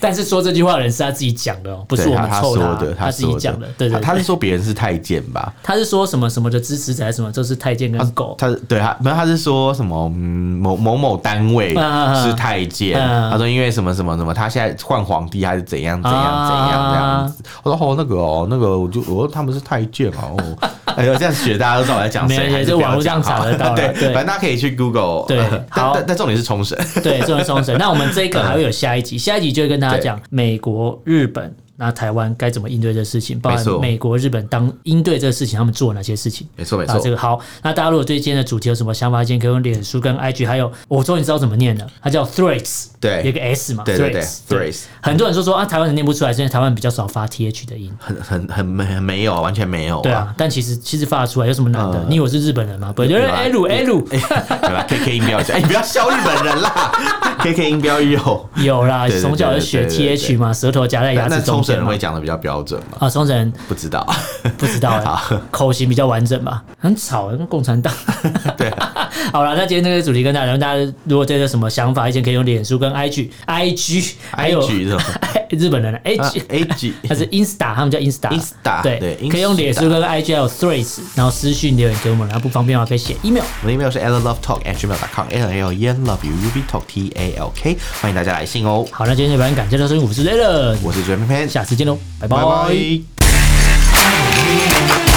A: 但是说这句话的人是他自己讲的哦，不
B: 对
A: 是我
B: 他
A: 们
B: 他
A: 臭
B: 说
A: 他
B: 的，
A: 他自己
B: 说
A: 讲的。对对，
B: 他他
A: 对
B: 是说别人是太监吧？
A: 他是说什么什么的支持者还是什么，就是太监跟狗。
B: 他对他没有，他是说什么、嗯、某某某单位
A: 啊啊啊
B: 是太监，
A: 啊
B: 他说因为什么什么什么，他现在换皇帝还是怎样怎
A: 啊
B: 样怎样这样子。我说哦那个哦那个，我就我说他们是太监啊哦，哎呦这样学大家都知道我在讲
A: 没
B: 谁，
A: 有
B: 还是
A: 就
B: 不要
A: 网络
B: 讲
A: 上
B: 好
A: 查得到了
B: 对，
A: 对
B: 反正大家可以去 Google
A: 对
B: 呃但
A: 好
B: 但但重点是冲绳，
A: 对，这是冲绳。那我们这个还会有下一集，下一集就会跟大家讲美国、日本。那台湾该怎么应对这事情？包
B: 没
A: 含
B: 错
A: 美国、日本当应对这个事情，他们做了哪些事情？
B: 没错没
A: 啊，这
B: 错，
A: 个好。那大家如果对今天的主题有什么想法，今天可以用脸书跟 IG，还有我终于知道怎么念了，它叫 Threads，
B: 对
A: 有一个 S 嘛，
B: 对对对
A: Threads，
B: Threads
A: 很多人说说啊，台湾人念不出来，是因为台湾比较少发 TH 的音。
B: 很很很没很没有，完全没有，
A: 对，啊，但其实其实发得出来有什么难的？
B: 嗯
A: 你以为是日本人吗？不，就是
B: 有啊
A: L L
B: 对吧？K K 音标一下，哎，你不要笑日本人啦，K K 音标有。
A: 有啦，
B: 对对对
A: 从小就学
B: 对对对
A: TH 嘛，舌头夹在牙
B: 那
A: 齿中
B: 冲绳
A: 间
B: 人
A: 嘛
B: 会。讲的比较标准吗？
A: 啊，冲绳人
B: 不知道，
A: 不知 道哎，口型比较完整吧，很吵，跟共产党。
B: 对，
A: 好了，那今天这个主题跟大家，大家如果对这有什么想法，意见可以用脸书跟 IG、IG 还
B: I
A: 有
B: G 是吗？
A: 日本人的 H，、
B: A G
A: 他是 Insta，他们叫 Insta。
B: 哎 Insta，
A: 对，
B: 对
A: 可以用
B: Insta
A: 脸书跟 IG 还有 Threads，然后私讯留言给我们，然后不方便的话可以写 email。
B: 我们的 email 是 l love talk at gmail com l l e n love you u b talk t a l k，欢迎大家来信哦。
A: 好，那今天就非常感谢大家收听，我是 a l l n
B: 我是 j a m i
A: 下次见喽，拜
B: 拜拜。